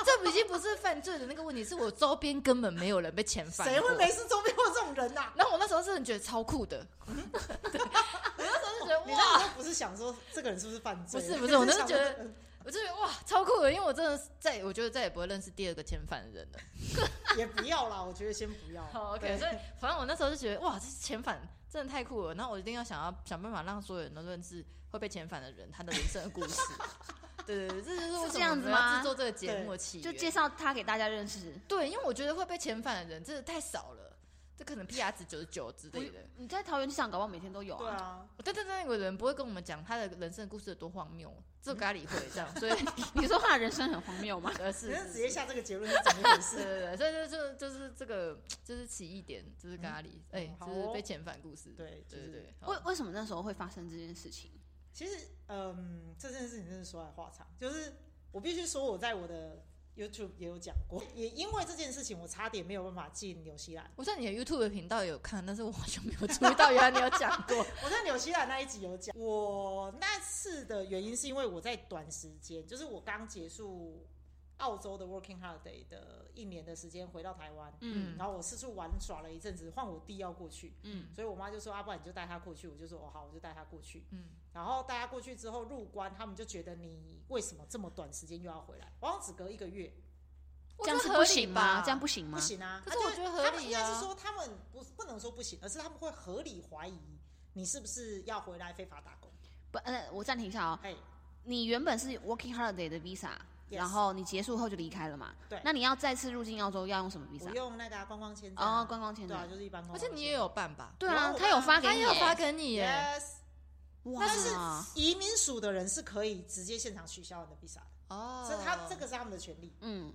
Speaker 3: 这已经不是犯罪的那个问题，是我周边根本没有人被遣返，
Speaker 1: 谁会没？事周边有这种人呐、啊
Speaker 3: 然后我那时候真的觉得超 酷的，对我那时候就觉得
Speaker 1: 你
Speaker 3: 哇
Speaker 1: 那。时候不是想说这个人是不是犯罪？
Speaker 3: 不是不是我那时候
Speaker 1: 想说
Speaker 3: 觉得
Speaker 1: 嗯
Speaker 3: 我就觉得哇，超酷的，因为我真的是再，我觉得再也不会认识第二个千帆的人了。
Speaker 1: 呃也不要啦，我觉得先不要。
Speaker 3: 好，OK，
Speaker 1: 对
Speaker 3: 啊所以反正我那时候就觉得哇，这遣返真的太酷了，然后我一定要想要想办法让所有人都认识会被遣返的人他的人生的故事。对对对，这就是为
Speaker 2: 是这
Speaker 3: 什
Speaker 2: 样
Speaker 3: 么我
Speaker 2: 子
Speaker 3: 们要
Speaker 2: 吗
Speaker 3: 制作这个节目的起
Speaker 2: 就
Speaker 3: 源。
Speaker 2: 介绍他给大家认识。
Speaker 3: 对，因为我觉得会被遣返的人真的太少了，这可能 P R 值九十九之类的。
Speaker 2: 你在桃园机场搞不好每天都有
Speaker 1: 对
Speaker 2: 啊。
Speaker 1: 啊，
Speaker 3: 对对对，有人不会跟我们讲他的人生的故事有多荒谬，只有咖喱会这样，所以
Speaker 2: 你说他的人生很荒谬 吗？
Speaker 3: 呃
Speaker 1: 只
Speaker 3: 是
Speaker 1: 是
Speaker 3: 是
Speaker 1: 直接下这个结论是怎么回
Speaker 3: 对
Speaker 1: 事？
Speaker 3: 对对，所以就就就是这个就是起义点，就是咖喱，哎、
Speaker 1: 好
Speaker 3: 就是
Speaker 1: 哦
Speaker 3: 被遣返故事。
Speaker 1: 对，就
Speaker 3: 对
Speaker 1: 是
Speaker 3: 对对，好
Speaker 2: 为为什么那时候会发生这件事情？
Speaker 1: 其实，嗯，这件事情真是说来话长，就是我必须说，我在我的 YouTube 也有讲过，也因为这件事情，我差点没有办法进纽西兰。
Speaker 3: 我在你的 YouTube 的频道有看，但是我好像没有注意到，原来你有讲 过。
Speaker 1: 我在纽西兰那一集有讲，我那次的原因是因为我在短时间，就是我刚结束澳洲的 Working Holiday 的一年的时间回到台湾，
Speaker 3: 嗯
Speaker 1: 然后我四处玩耍了一阵子，换我弟要过去，
Speaker 2: 嗯，
Speaker 1: 所以我妈就说：“啊，不然你就带他过去。”我就说：“哦，好，我就带他过去。”
Speaker 3: 嗯，
Speaker 1: 然后带他过去之后入关，他们就觉得你为什么这么短时间又要回来？我好像只隔一个月，
Speaker 2: 这样是不行吗？这样
Speaker 3: 不
Speaker 2: 不行吗
Speaker 1: 不？行啊！
Speaker 3: 可是我
Speaker 1: 啊就
Speaker 3: 觉得合
Speaker 1: 他
Speaker 3: 理啊
Speaker 1: 们应该是说他们不不能说不行，而是他们会合理怀疑你是不是要回来非法打工。
Speaker 2: 不，呃，我暂停一下哦。
Speaker 1: 哎，
Speaker 2: 你原本是 working holiday 的 visa，
Speaker 1: Yes
Speaker 2: 然后你结束后就离开了嘛？
Speaker 1: 对
Speaker 2: 那你要再次入境澳洲要用什么
Speaker 1: 我
Speaker 2: visa？
Speaker 1: 用那个啊观光签证啊
Speaker 2: 哦，观光签
Speaker 1: 对啊，
Speaker 2: 证。
Speaker 1: 就是一般观光
Speaker 3: 而且
Speaker 1: 签。
Speaker 3: 你也有办吧？
Speaker 2: 对
Speaker 1: 我
Speaker 2: 啊，
Speaker 1: 有
Speaker 2: 他有发给
Speaker 3: 他
Speaker 2: 你
Speaker 3: 也
Speaker 2: 耶，
Speaker 3: 有发给你耶。
Speaker 1: yes，
Speaker 2: 哇，
Speaker 1: 但是移民署的人是可以直接现场取消你的 visa 的，
Speaker 3: 哦，
Speaker 1: 这他这个是他们的权利。
Speaker 2: 嗯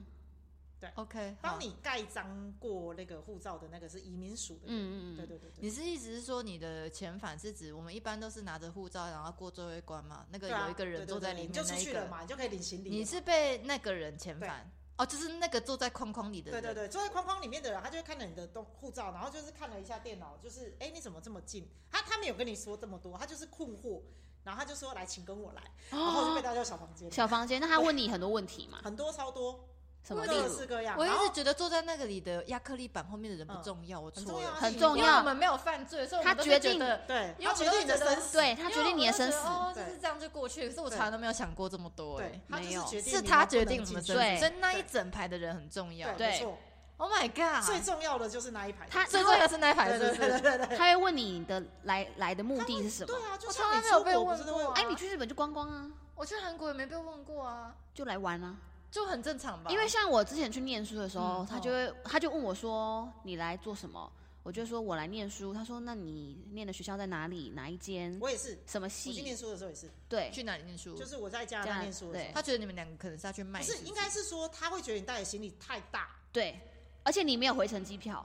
Speaker 3: OK，好
Speaker 1: 帮你盖章过那个护照的那个是移民署的人，
Speaker 2: 嗯嗯
Speaker 1: 对
Speaker 2: 嗯，
Speaker 1: 对对对，
Speaker 3: 你是意思是说你的遣返是指我们一般都是拿着护照然后过最后一关嘛？那个
Speaker 1: 对啊
Speaker 3: 有一个人坐在里面
Speaker 1: 对对对你就出
Speaker 3: 那一
Speaker 1: 去了
Speaker 3: 个，
Speaker 1: 嘛，你就可以领行李了嘛。
Speaker 3: 你是被那个人遣返哦，就是那个坐在框框里的
Speaker 1: 对
Speaker 3: 人。
Speaker 1: 对对，坐在框框里面的人，他就会看了你的动护照，然后就是看了一下电脑，就是哎、诶你怎么这么近？他他没有跟你说这么多，他就是困惑，然后他就说来，请跟我来，然后我就被
Speaker 2: 哦，
Speaker 1: 带到小房间了，
Speaker 2: 小房间，那他问你很多问题嘛？
Speaker 1: 很多超多，
Speaker 2: 什么例
Speaker 1: 各
Speaker 2: 如？
Speaker 1: 式各样，
Speaker 3: 我一
Speaker 1: 然后嗯
Speaker 3: 直觉得坐在那个里的亚克力板后面的人不重要，我
Speaker 1: 很
Speaker 3: 错
Speaker 1: 重要
Speaker 3: 了
Speaker 1: 啊，。
Speaker 2: 很
Speaker 1: 你
Speaker 2: 重
Speaker 3: 因
Speaker 2: 要
Speaker 3: 为我们没有犯罪，所以我们
Speaker 2: 他
Speaker 3: 都是
Speaker 2: 决
Speaker 3: 觉
Speaker 2: 定
Speaker 3: 得
Speaker 1: 对，
Speaker 3: 因为
Speaker 1: 他
Speaker 3: 我
Speaker 1: 决
Speaker 3: 都
Speaker 1: 定你的
Speaker 3: 觉得
Speaker 1: 生死，
Speaker 2: 对他决定你的生死，
Speaker 3: 因为我就觉得哦，
Speaker 1: 对
Speaker 3: 就是这样就过去。可是我从来都没有想过这么多、
Speaker 1: 对
Speaker 3: 哎，，
Speaker 1: 他就
Speaker 2: 没
Speaker 1: 是
Speaker 2: 有
Speaker 1: 决定
Speaker 3: 是
Speaker 1: 你
Speaker 3: 他
Speaker 1: 能不
Speaker 3: 决
Speaker 1: 能
Speaker 3: 定我们的
Speaker 1: 进
Speaker 3: 生
Speaker 1: 去
Speaker 2: 对
Speaker 3: 死，所以那一整排的人很重要。
Speaker 1: 对，
Speaker 2: 对
Speaker 1: 没错，
Speaker 3: ，Oh my god，
Speaker 1: 最重要的就是那一排，
Speaker 2: 他
Speaker 3: 最重要是那一排
Speaker 1: 对
Speaker 3: 是不
Speaker 1: 对
Speaker 3: 是？
Speaker 1: 对对对对，
Speaker 2: 他会问你的来来的目的是什么
Speaker 1: 对？啊，就
Speaker 3: 我
Speaker 1: 像
Speaker 3: 从来
Speaker 1: 你
Speaker 3: 哦没有
Speaker 1: 出
Speaker 3: 被
Speaker 1: 国不
Speaker 3: 问
Speaker 1: 是都会
Speaker 3: 过啊
Speaker 2: 哎，你去日本就观光啊，
Speaker 3: 我去韩国也没被问过啊，
Speaker 2: 就来玩啊。
Speaker 3: 就很正常吧。
Speaker 2: 因为像我之前去念书的时候，
Speaker 3: 嗯
Speaker 2: 他就
Speaker 1: 哦
Speaker 2: 会他就问我说：“你来做什么？”我就说：“我来念书。”他说：“那你念的学校在哪里？哪一间？
Speaker 3: 哎
Speaker 1: 我也是，
Speaker 2: 什么
Speaker 1: 我去
Speaker 2: 系
Speaker 1: 念书的时候也是，？”
Speaker 2: 对，
Speaker 3: 去哪里念书，
Speaker 1: 就是我在加拿
Speaker 2: 加
Speaker 1: 大
Speaker 2: 拿
Speaker 1: 念书的时候
Speaker 2: 对，
Speaker 3: 嗯他觉得你们两个可能是要去卖
Speaker 1: 不
Speaker 3: 是不
Speaker 1: 是
Speaker 3: 是，
Speaker 1: 应该是说他会觉得你带的行李太大，
Speaker 2: 对，而且你没有回程 机票，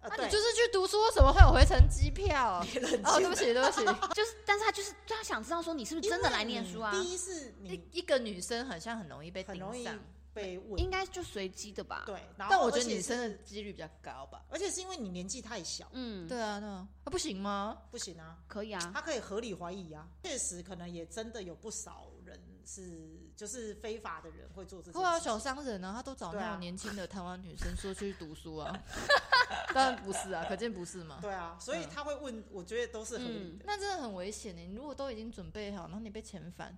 Speaker 1: 呃，
Speaker 3: 那、
Speaker 1: 对
Speaker 3: 啊你就是去读书，为什么会有回程机票？ 哦，对不起，对不起，
Speaker 2: 就是，但是他就是他想知道说你是不
Speaker 1: 啊
Speaker 2: 是
Speaker 1: 因
Speaker 2: 真的
Speaker 1: 为
Speaker 2: 来念
Speaker 1: 你
Speaker 2: 书啊？
Speaker 1: 第一是你
Speaker 3: 一一个女生好像很容易被
Speaker 1: 很
Speaker 3: 盯
Speaker 1: 容易
Speaker 3: 上，
Speaker 1: 被问，
Speaker 2: 应该就随机的吧？
Speaker 1: 对，然后
Speaker 3: 但我觉
Speaker 1: 而
Speaker 3: 得
Speaker 1: 且
Speaker 3: 女生
Speaker 1: 是，
Speaker 3: 的几率比较高吧。
Speaker 1: 而且是因为你年纪太小，
Speaker 2: 嗯，
Speaker 3: 对啊，对啊，啊不行吗？
Speaker 1: 不行啊，
Speaker 2: 可以啊。
Speaker 1: 他可以合理怀疑啊，确实可能也真的有不少人是就是非法的人会做这
Speaker 3: 会啊，
Speaker 1: 件事，
Speaker 3: 小商人啊，他都找
Speaker 1: 对啊
Speaker 3: 那种年轻的台湾女生说去读书 啊，当然不是啊，可见不是嘛。
Speaker 1: 对啊，所
Speaker 3: 嗯
Speaker 1: 以他会问，我觉得都是合
Speaker 2: 嗯
Speaker 1: 理的
Speaker 3: 那真的很危险呢、欸你如果都已经准备好，然后你被遣返，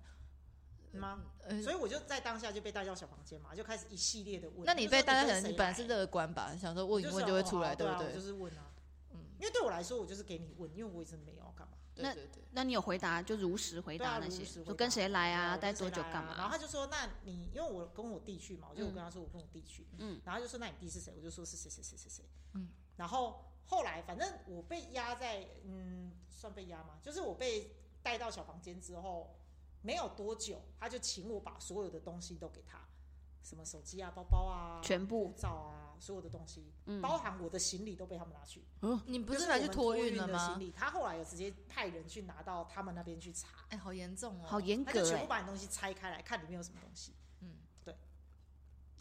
Speaker 1: 吗？
Speaker 3: 呃，
Speaker 1: 所以我就在当下就被带到小房间嘛，就开始一系列的问。
Speaker 3: 那你被大家
Speaker 1: 就说
Speaker 3: 可能
Speaker 1: 跟
Speaker 3: 你
Speaker 1: 谁
Speaker 3: 本来是
Speaker 1: 来
Speaker 3: 乐观吧，想说问一
Speaker 1: 就
Speaker 3: 问
Speaker 1: 是
Speaker 3: 就会
Speaker 1: 哦
Speaker 3: 出来，
Speaker 1: 好
Speaker 3: 对
Speaker 1: 对
Speaker 3: 不
Speaker 1: 啊我
Speaker 3: 对
Speaker 1: 就？是问啊，
Speaker 3: 嗯
Speaker 1: 因为对我来说，我就是给你问，因为我一直没有要干嘛。
Speaker 3: 对对对。
Speaker 2: 那你有回答就如实回
Speaker 1: 对啊
Speaker 2: 答那
Speaker 1: 如
Speaker 2: 些，
Speaker 1: 实回
Speaker 2: 说
Speaker 1: 答
Speaker 2: 跟谁来
Speaker 1: 对
Speaker 2: 啊，
Speaker 1: 我
Speaker 2: 待
Speaker 1: 跟谁
Speaker 2: 多久
Speaker 1: 来啊
Speaker 2: 干
Speaker 1: 然后
Speaker 2: 嘛？
Speaker 1: 他就说：“那你因为我跟我弟去嘛，我就我跟他说我跟我弟去，
Speaker 2: 嗯，
Speaker 1: 然后他就说那你弟是谁？我就说是谁谁谁谁谁，
Speaker 3: 嗯，
Speaker 1: 然后后来反正我被压在，嗯，算被压吗？就是我被带到小房间之后，没有多久他就请我把所有的东西都给他，什么手机啊、包包啊、
Speaker 2: 全部
Speaker 1: 护照啊，所有的东西，
Speaker 2: 嗯，
Speaker 1: 包含我的行李都被他们拿去，
Speaker 2: 哦
Speaker 3: 你不
Speaker 1: 就是是
Speaker 3: 拿
Speaker 1: 我
Speaker 3: 去
Speaker 1: 们
Speaker 3: 托运
Speaker 1: 运
Speaker 3: 了
Speaker 1: 的行
Speaker 3: 吗？
Speaker 1: 李，他后来有直接派人去拿到他们那边去查。”
Speaker 3: 哎、好严重哦！
Speaker 2: 好，严
Speaker 1: 他就
Speaker 2: 格
Speaker 1: 全
Speaker 2: 哎
Speaker 1: 部。把你东西拆开来看里面有什么东西，
Speaker 3: 嗯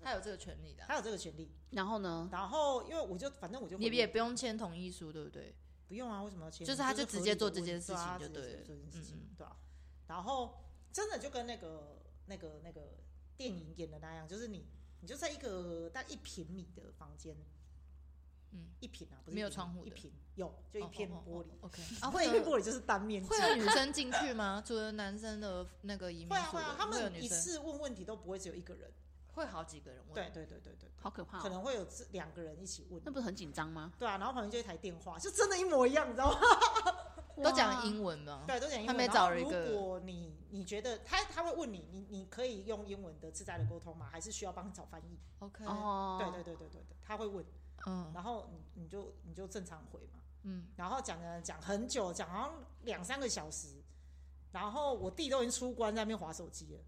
Speaker 3: 他有这个权利的啊、
Speaker 1: 他有这个权利。
Speaker 2: 然后呢？
Speaker 1: 然后因为我就反正我就回
Speaker 3: 你也不用签同意书，对不对？
Speaker 1: 不用啊，为什么要签？
Speaker 3: 就是他就直接做这件事情
Speaker 1: 合理
Speaker 3: 就
Speaker 1: 的问对啊他直
Speaker 3: 对了
Speaker 1: 接做这件事
Speaker 3: 嗯
Speaker 1: 情，对啊。然后真的就跟那个那个那个电影演的那样，就是你你就在一个大概一平米的房间，
Speaker 3: 嗯，
Speaker 1: 一瓶啊，不是
Speaker 3: 没有
Speaker 1: 一瓶
Speaker 3: 窗户
Speaker 1: 一
Speaker 3: 的
Speaker 1: 瓶有，就
Speaker 3: 哦
Speaker 1: 一片玻璃。
Speaker 3: OK，
Speaker 1: 啊，
Speaker 3: 啊，
Speaker 1: 会
Speaker 3: 会
Speaker 1: 一片
Speaker 3: 有
Speaker 1: 玻璃就是单面镜
Speaker 3: 会。有女生进去吗？除了男生的那个移民
Speaker 1: 会啊
Speaker 3: 署
Speaker 1: 会
Speaker 3: 的
Speaker 1: 啊，他
Speaker 3: 会有
Speaker 1: 们
Speaker 3: 女
Speaker 1: 一
Speaker 3: 生
Speaker 1: 次问问题都不会只有一个人，
Speaker 3: 会好几个人问。
Speaker 1: 对，对对对对，
Speaker 2: 好可怕、
Speaker 1: 可
Speaker 2: 哦，
Speaker 1: 能会有这两个人一起问
Speaker 2: 那，不是很紧张吗？
Speaker 1: 对啊，然后旁边就一台电话，就真的，一模一样，你知道 吗？
Speaker 3: 都讲英文吗？
Speaker 1: 对，都讲英文。
Speaker 3: 他们也
Speaker 1: 然
Speaker 3: 找
Speaker 1: 后
Speaker 3: 了一个
Speaker 1: 如果你你觉得他他会问你，你你可以用英文的自在的沟通吗？还是需要帮你找翻译？
Speaker 3: ，OK，
Speaker 2: 哦，
Speaker 1: 对对对对对对，他会问，
Speaker 3: 嗯
Speaker 1: 然后你你就你就正常回嘛。
Speaker 3: 嗯，
Speaker 1: 然后讲讲讲很久，讲好像两三个小时，然后我弟都已经出关在那边划手机了，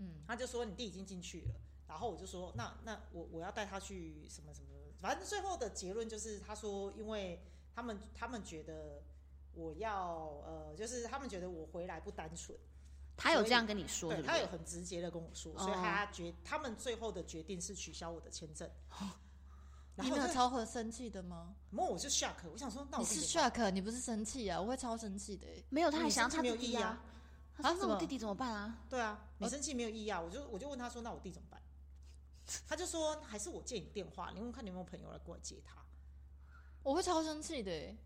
Speaker 3: 嗯，
Speaker 1: 他就说你弟已经进去了，然后我就说那那我我要带他去什么什么，反正最后的结论就是他说，因为他们他们觉得我要呃，就是他们觉得我回来不单纯，
Speaker 2: 他有这样跟你说，
Speaker 1: 对
Speaker 2: 对不
Speaker 1: 他
Speaker 2: 对
Speaker 1: 有很直接的跟我说，
Speaker 2: 哦
Speaker 1: 所以他决他们最后的决定是取消我的签证，然
Speaker 3: 哦你
Speaker 1: 后我
Speaker 3: 没有
Speaker 1: 就
Speaker 3: 超会生气的吗？
Speaker 1: 然后我就 shock，我想说那我
Speaker 3: 你
Speaker 1: 弟
Speaker 3: 是
Speaker 1: 怎么办
Speaker 3: shock，你不是生气啊？我会超生气的欸。
Speaker 2: 没有，他还
Speaker 1: 你
Speaker 2: 想要
Speaker 1: 生
Speaker 2: 他
Speaker 1: 气没
Speaker 2: 弟
Speaker 1: 有意
Speaker 2: 弟
Speaker 1: 义
Speaker 2: 啊
Speaker 1: 啊。
Speaker 2: 他说：“
Speaker 3: 啊
Speaker 2: 那
Speaker 3: 什
Speaker 2: 我
Speaker 3: 么
Speaker 2: 弟弟怎么办啊
Speaker 1: 对啊，你
Speaker 3: 哦
Speaker 1: 生气没有意义啊！我就我就问他说，那我弟怎么办？他就说还是我借你电话，你问看你有没有朋友来过来接他。
Speaker 3: 我会超生气的欸。？”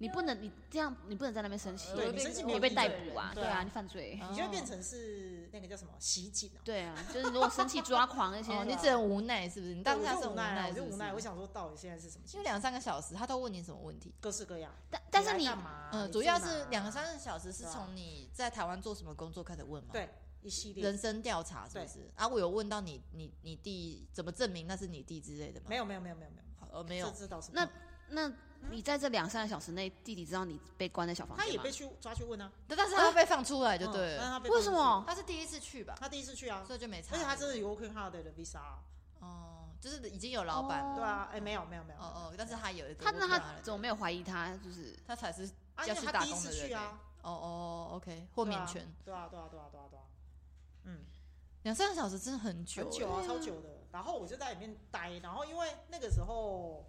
Speaker 2: 你不能，你这样，你不能在那边生气，
Speaker 1: 对
Speaker 3: 我
Speaker 1: 你
Speaker 3: 被
Speaker 1: 生气
Speaker 3: 我
Speaker 1: 没有
Speaker 2: 你被
Speaker 3: 会
Speaker 1: 意义
Speaker 2: 逮
Speaker 1: 的
Speaker 2: 捕啊，
Speaker 1: 对
Speaker 2: 对
Speaker 1: 啊
Speaker 2: 啊，你犯罪，
Speaker 1: 你就会
Speaker 3: 哦
Speaker 1: 变成是那个叫什么袭警哦。
Speaker 2: 对啊，就是如果生气抓 狂那些，
Speaker 3: 哦，你只能无奈是不是？你当
Speaker 1: 对
Speaker 3: 下
Speaker 1: 我
Speaker 3: 是
Speaker 1: 就无奈啊，
Speaker 3: 奈
Speaker 1: 我
Speaker 3: 是不，
Speaker 1: 就是无奈。我想说，到底现在是什么
Speaker 3: 因
Speaker 1: 情
Speaker 3: 为
Speaker 1: 况？
Speaker 3: 两三个小时，他都问你什么问题？
Speaker 1: 各式各样。
Speaker 2: 但但是
Speaker 1: 来
Speaker 2: 你
Speaker 1: 干嘛？
Speaker 3: 嗯，
Speaker 1: 啊你
Speaker 3: 主
Speaker 1: 住
Speaker 3: 要
Speaker 1: 哪
Speaker 3: 是两个三个小时是
Speaker 1: 对啊
Speaker 3: 从你在台湾做什么工作开始问嘛？，
Speaker 1: 对一系列
Speaker 3: 人生调查是不是？啊，我有问到你，你你弟怎么证明那是你弟之类的吗？
Speaker 1: 没有没有没有没有没有
Speaker 3: 好，呃，没
Speaker 1: 没
Speaker 3: 有
Speaker 1: 这，这倒是
Speaker 2: 那
Speaker 1: 没有
Speaker 2: 那你在这两三个小时内，弟弟知道你被关在小房
Speaker 1: 他
Speaker 2: 间
Speaker 1: 也
Speaker 2: 吗
Speaker 1: 被？去抓去问啊，
Speaker 3: 但但是他被放出来就
Speaker 1: 嗯
Speaker 3: 对
Speaker 1: 但
Speaker 3: 了，
Speaker 1: 他被
Speaker 2: 为
Speaker 1: 放出
Speaker 2: 什
Speaker 1: 去？
Speaker 2: 么？
Speaker 3: 他是第一次去吧，
Speaker 1: 他第一次去啊，
Speaker 3: 所以就没差。
Speaker 1: 而且他真的有 working holiday 的 visa 啊。
Speaker 3: 哦，就是已经有老板
Speaker 2: 哦
Speaker 3: 了，
Speaker 1: 对啊，哎，没有没有没有。
Speaker 3: 哦哦，但是他有一个
Speaker 2: 他那
Speaker 3: work holiday
Speaker 2: 他怎么没有怀疑他？就是
Speaker 3: 他才是
Speaker 1: 啊，因
Speaker 3: 要
Speaker 1: 为
Speaker 3: 去
Speaker 1: 他
Speaker 3: 打
Speaker 1: 第一
Speaker 3: 工
Speaker 1: 次
Speaker 3: 的
Speaker 1: 去
Speaker 3: 人
Speaker 1: 啊，
Speaker 3: 哦哦，OK，豁免权
Speaker 1: 对啊对啊对啊对啊对啊。嗯，
Speaker 3: 两三个小时真的很久
Speaker 1: 很
Speaker 3: 欸，
Speaker 1: 久啊，
Speaker 2: 对啊
Speaker 1: 超久的。然后我就在里面待，然后因为那个时候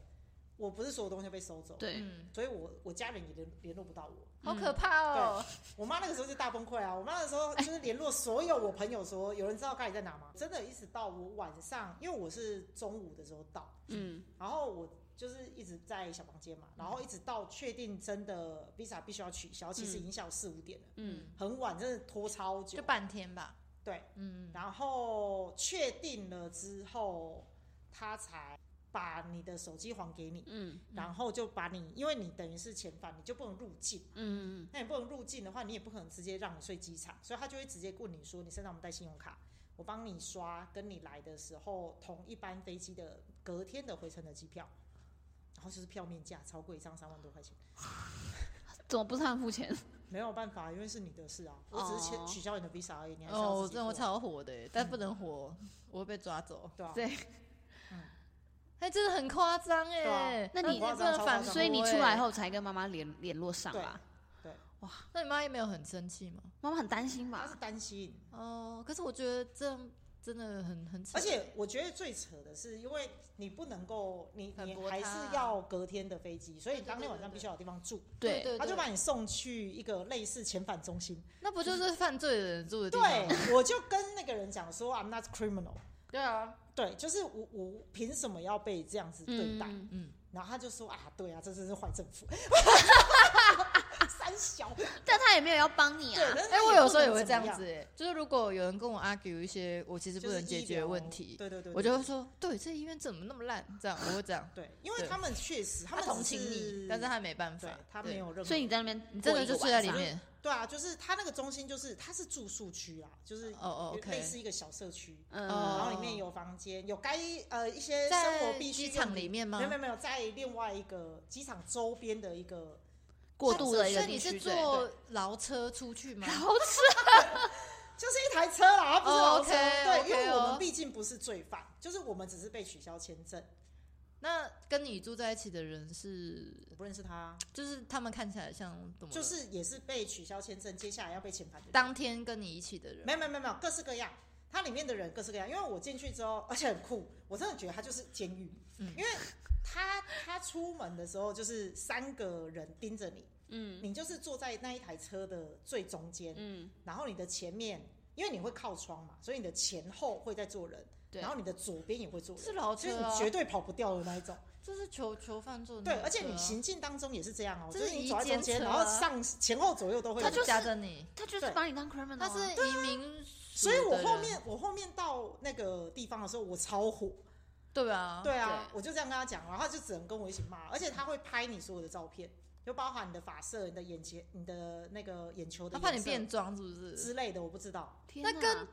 Speaker 1: 我不是所有东西被收走，
Speaker 2: 对，
Speaker 3: 嗯，
Speaker 1: 所以我我家人也联联络不到我。
Speaker 4: 好可怕哦！
Speaker 1: 我妈那个时候就大崩溃啊！我妈那时候就是联络所有我朋友说，有人知道咖喱在哪吗？真的，一直到我晚上，因为我是中午的时候到，
Speaker 2: 嗯，
Speaker 1: 然后我就是一直在小房间嘛，然后一直到确定真的 visa 必须要取消，其实已经下午四五点了，
Speaker 2: 嗯，
Speaker 1: 很晚，真的拖超久
Speaker 3: 就。半天吧，
Speaker 1: 对，
Speaker 3: 嗯，
Speaker 1: 然后确定了之后，他才把你的手机还给你，
Speaker 2: 嗯
Speaker 1: 然后就把你，因为你等于是遣返，你就不能入境。
Speaker 2: 嗯
Speaker 1: 那你不能入境的话，你也不可能直接让你睡机场，所以他就会直接问你说，你身上有没有带信用卡？我帮你刷，跟你来的时候同一班飞机的隔天的回程的机票，然后就是票面价超过一张三万多块钱，
Speaker 2: 怎么不是他们付钱？
Speaker 1: 没有办法，因为是你的事啊，我只是
Speaker 2: 哦
Speaker 1: 取取消你的 visa 而已，你还是
Speaker 3: 哦，
Speaker 1: 要
Speaker 3: 我
Speaker 1: 自己
Speaker 3: 真的
Speaker 1: 付啊
Speaker 3: 超火的欸，
Speaker 2: 嗯
Speaker 3: 但不能火，我会被抓走，
Speaker 1: 对啊，
Speaker 2: 对
Speaker 3: 哎，真的很夸张
Speaker 1: 对
Speaker 3: 哎
Speaker 1: 啊，
Speaker 2: 那你
Speaker 3: 真的
Speaker 1: 超夸
Speaker 3: 反
Speaker 1: 张
Speaker 3: 驳
Speaker 2: 所以你出
Speaker 3: 欸
Speaker 1: 哦
Speaker 2: 来，后才跟妈妈联联络上吧？
Speaker 3: 那你妈也没有很生气吗？
Speaker 2: 妈妈很担心
Speaker 1: 他
Speaker 2: 吧
Speaker 1: 是？担心，
Speaker 3: 哦，可是我觉得这样真的很很扯，
Speaker 1: 而且我觉得最扯的是，因为你不能够，你
Speaker 3: 反
Speaker 1: 你
Speaker 3: 驳他
Speaker 1: 还是要隔天的飞机，所以你
Speaker 3: 对对
Speaker 1: 当天晚上
Speaker 3: 对对
Speaker 1: 必须要有地方住，
Speaker 3: 对
Speaker 2: 对，
Speaker 3: 对，
Speaker 1: 他就
Speaker 3: 对
Speaker 1: 把你送去一个类似遣返中心。
Speaker 3: 那不就是犯罪的人住的地方吗？
Speaker 1: 对， 我就跟那个人讲说，I'm not criminal。
Speaker 3: 对啊，
Speaker 1: 对，就是我我凭什么要被这样子对待？
Speaker 2: 嗯，
Speaker 3: 嗯，
Speaker 1: 然后他就说啊，对啊，这真是坏政府， 三小。对，
Speaker 2: 但他也没有要帮你啊。
Speaker 1: 但是
Speaker 3: 哎、我
Speaker 1: 也不
Speaker 3: 有时候
Speaker 1: 能
Speaker 3: 也会
Speaker 1: 怎
Speaker 3: 这样
Speaker 1: 么
Speaker 3: 子、哎，就是如果有人跟我 argue 一些我其实
Speaker 1: 就
Speaker 3: 不
Speaker 1: 是
Speaker 3: 能解
Speaker 1: 医
Speaker 3: 决
Speaker 1: 疗
Speaker 3: 问题，
Speaker 1: 对对对，
Speaker 3: 我
Speaker 1: 对
Speaker 3: 就会说，对，这医院怎么那么烂？这样我会这样，
Speaker 1: 对，因为
Speaker 3: 对
Speaker 1: 他们确实，
Speaker 3: 他
Speaker 1: 们
Speaker 3: 同
Speaker 1: 只
Speaker 3: 情你，但是他没办
Speaker 1: 对
Speaker 3: 法，
Speaker 1: 他
Speaker 3: 对
Speaker 1: 没，有任何，
Speaker 2: 所以你在那边，
Speaker 3: 你
Speaker 2: 你
Speaker 3: 真的就睡在里。面，
Speaker 1: 对啊，就是他那个中心就是他是住宿区啦，就是
Speaker 3: 哦哦，OK，哦
Speaker 1: 类似一个小社区，然
Speaker 2: 嗯，
Speaker 1: 后里面有房间，有该呃一些生活
Speaker 3: 在
Speaker 1: 必须
Speaker 3: 机
Speaker 1: 用
Speaker 3: 场
Speaker 1: 品
Speaker 3: 里面吗
Speaker 1: 没？有没有没有，在另外一个机场周边的一个，
Speaker 2: 过度的一
Speaker 3: 所
Speaker 2: 个
Speaker 3: 以
Speaker 2: 地
Speaker 3: 你是
Speaker 2: 区，
Speaker 3: 坐 牢车出去吗？
Speaker 2: 好吃。
Speaker 1: 就是一台车啦，它不是
Speaker 3: 哦
Speaker 1: 劳车。
Speaker 3: ，OK，
Speaker 1: 对
Speaker 3: OK
Speaker 1: 因为我
Speaker 3: 哦
Speaker 1: 们毕竟不是罪犯，就是我们只是被取消签证。
Speaker 3: 那跟你住在一起的人是，
Speaker 1: 我不认识他，
Speaker 3: 就是他们看起来像怎么了？
Speaker 1: 就是也是被取消签证，接下来要被遣返的人。
Speaker 3: 当天跟你一起的人
Speaker 1: 没，有没有没有没有，各式各样。它里面的人各式各样，因为我进去之后，而且很酷，我真的觉得它就是监狱，
Speaker 3: 嗯
Speaker 1: 因为他他出门的时候就是三个人盯着你，
Speaker 2: 嗯
Speaker 1: 你就是坐在那一台车的最中间，
Speaker 2: 嗯
Speaker 1: 然后你的前面，因为你会靠窗嘛，所以你的前后会在坐人，
Speaker 2: 对
Speaker 1: 然后你的左边也会坐人，
Speaker 3: 是牢
Speaker 1: 所以
Speaker 3: 车
Speaker 1: 你
Speaker 3: 啊，
Speaker 1: 绝对跑不掉的那一种。
Speaker 3: 这是囚囚犯做的那
Speaker 1: 对，
Speaker 3: 种车啊，
Speaker 1: 而且你行进当中也是这样哦、
Speaker 3: 这
Speaker 1: 就是是你走在
Speaker 3: 移
Speaker 1: 中间，
Speaker 3: 监
Speaker 1: 然
Speaker 3: 车
Speaker 1: 后
Speaker 3: 啊
Speaker 1: 上前后左右都会有
Speaker 2: 他
Speaker 1: 人
Speaker 2: 就是
Speaker 3: 夹着你，
Speaker 2: 他就是
Speaker 1: 对
Speaker 2: 把你当 criminal，
Speaker 3: 他
Speaker 2: 啊
Speaker 3: 是移民署
Speaker 1: 哦所
Speaker 3: 的人，
Speaker 1: 以我后面我后面到那个地方的时候，我超火，
Speaker 3: 对啊，
Speaker 1: 对啊，
Speaker 2: 对
Speaker 1: 我就这样跟他讲，然后他就只能跟我一起骂，而且他会拍你所有的照片，就包含你的发色、你的眼前、你的那个眼球的
Speaker 3: 他
Speaker 1: 颜色，
Speaker 3: 怕你变装是不是？
Speaker 1: 之类的，我不知道。
Speaker 2: 天
Speaker 3: 那
Speaker 2: 哪
Speaker 3: 跟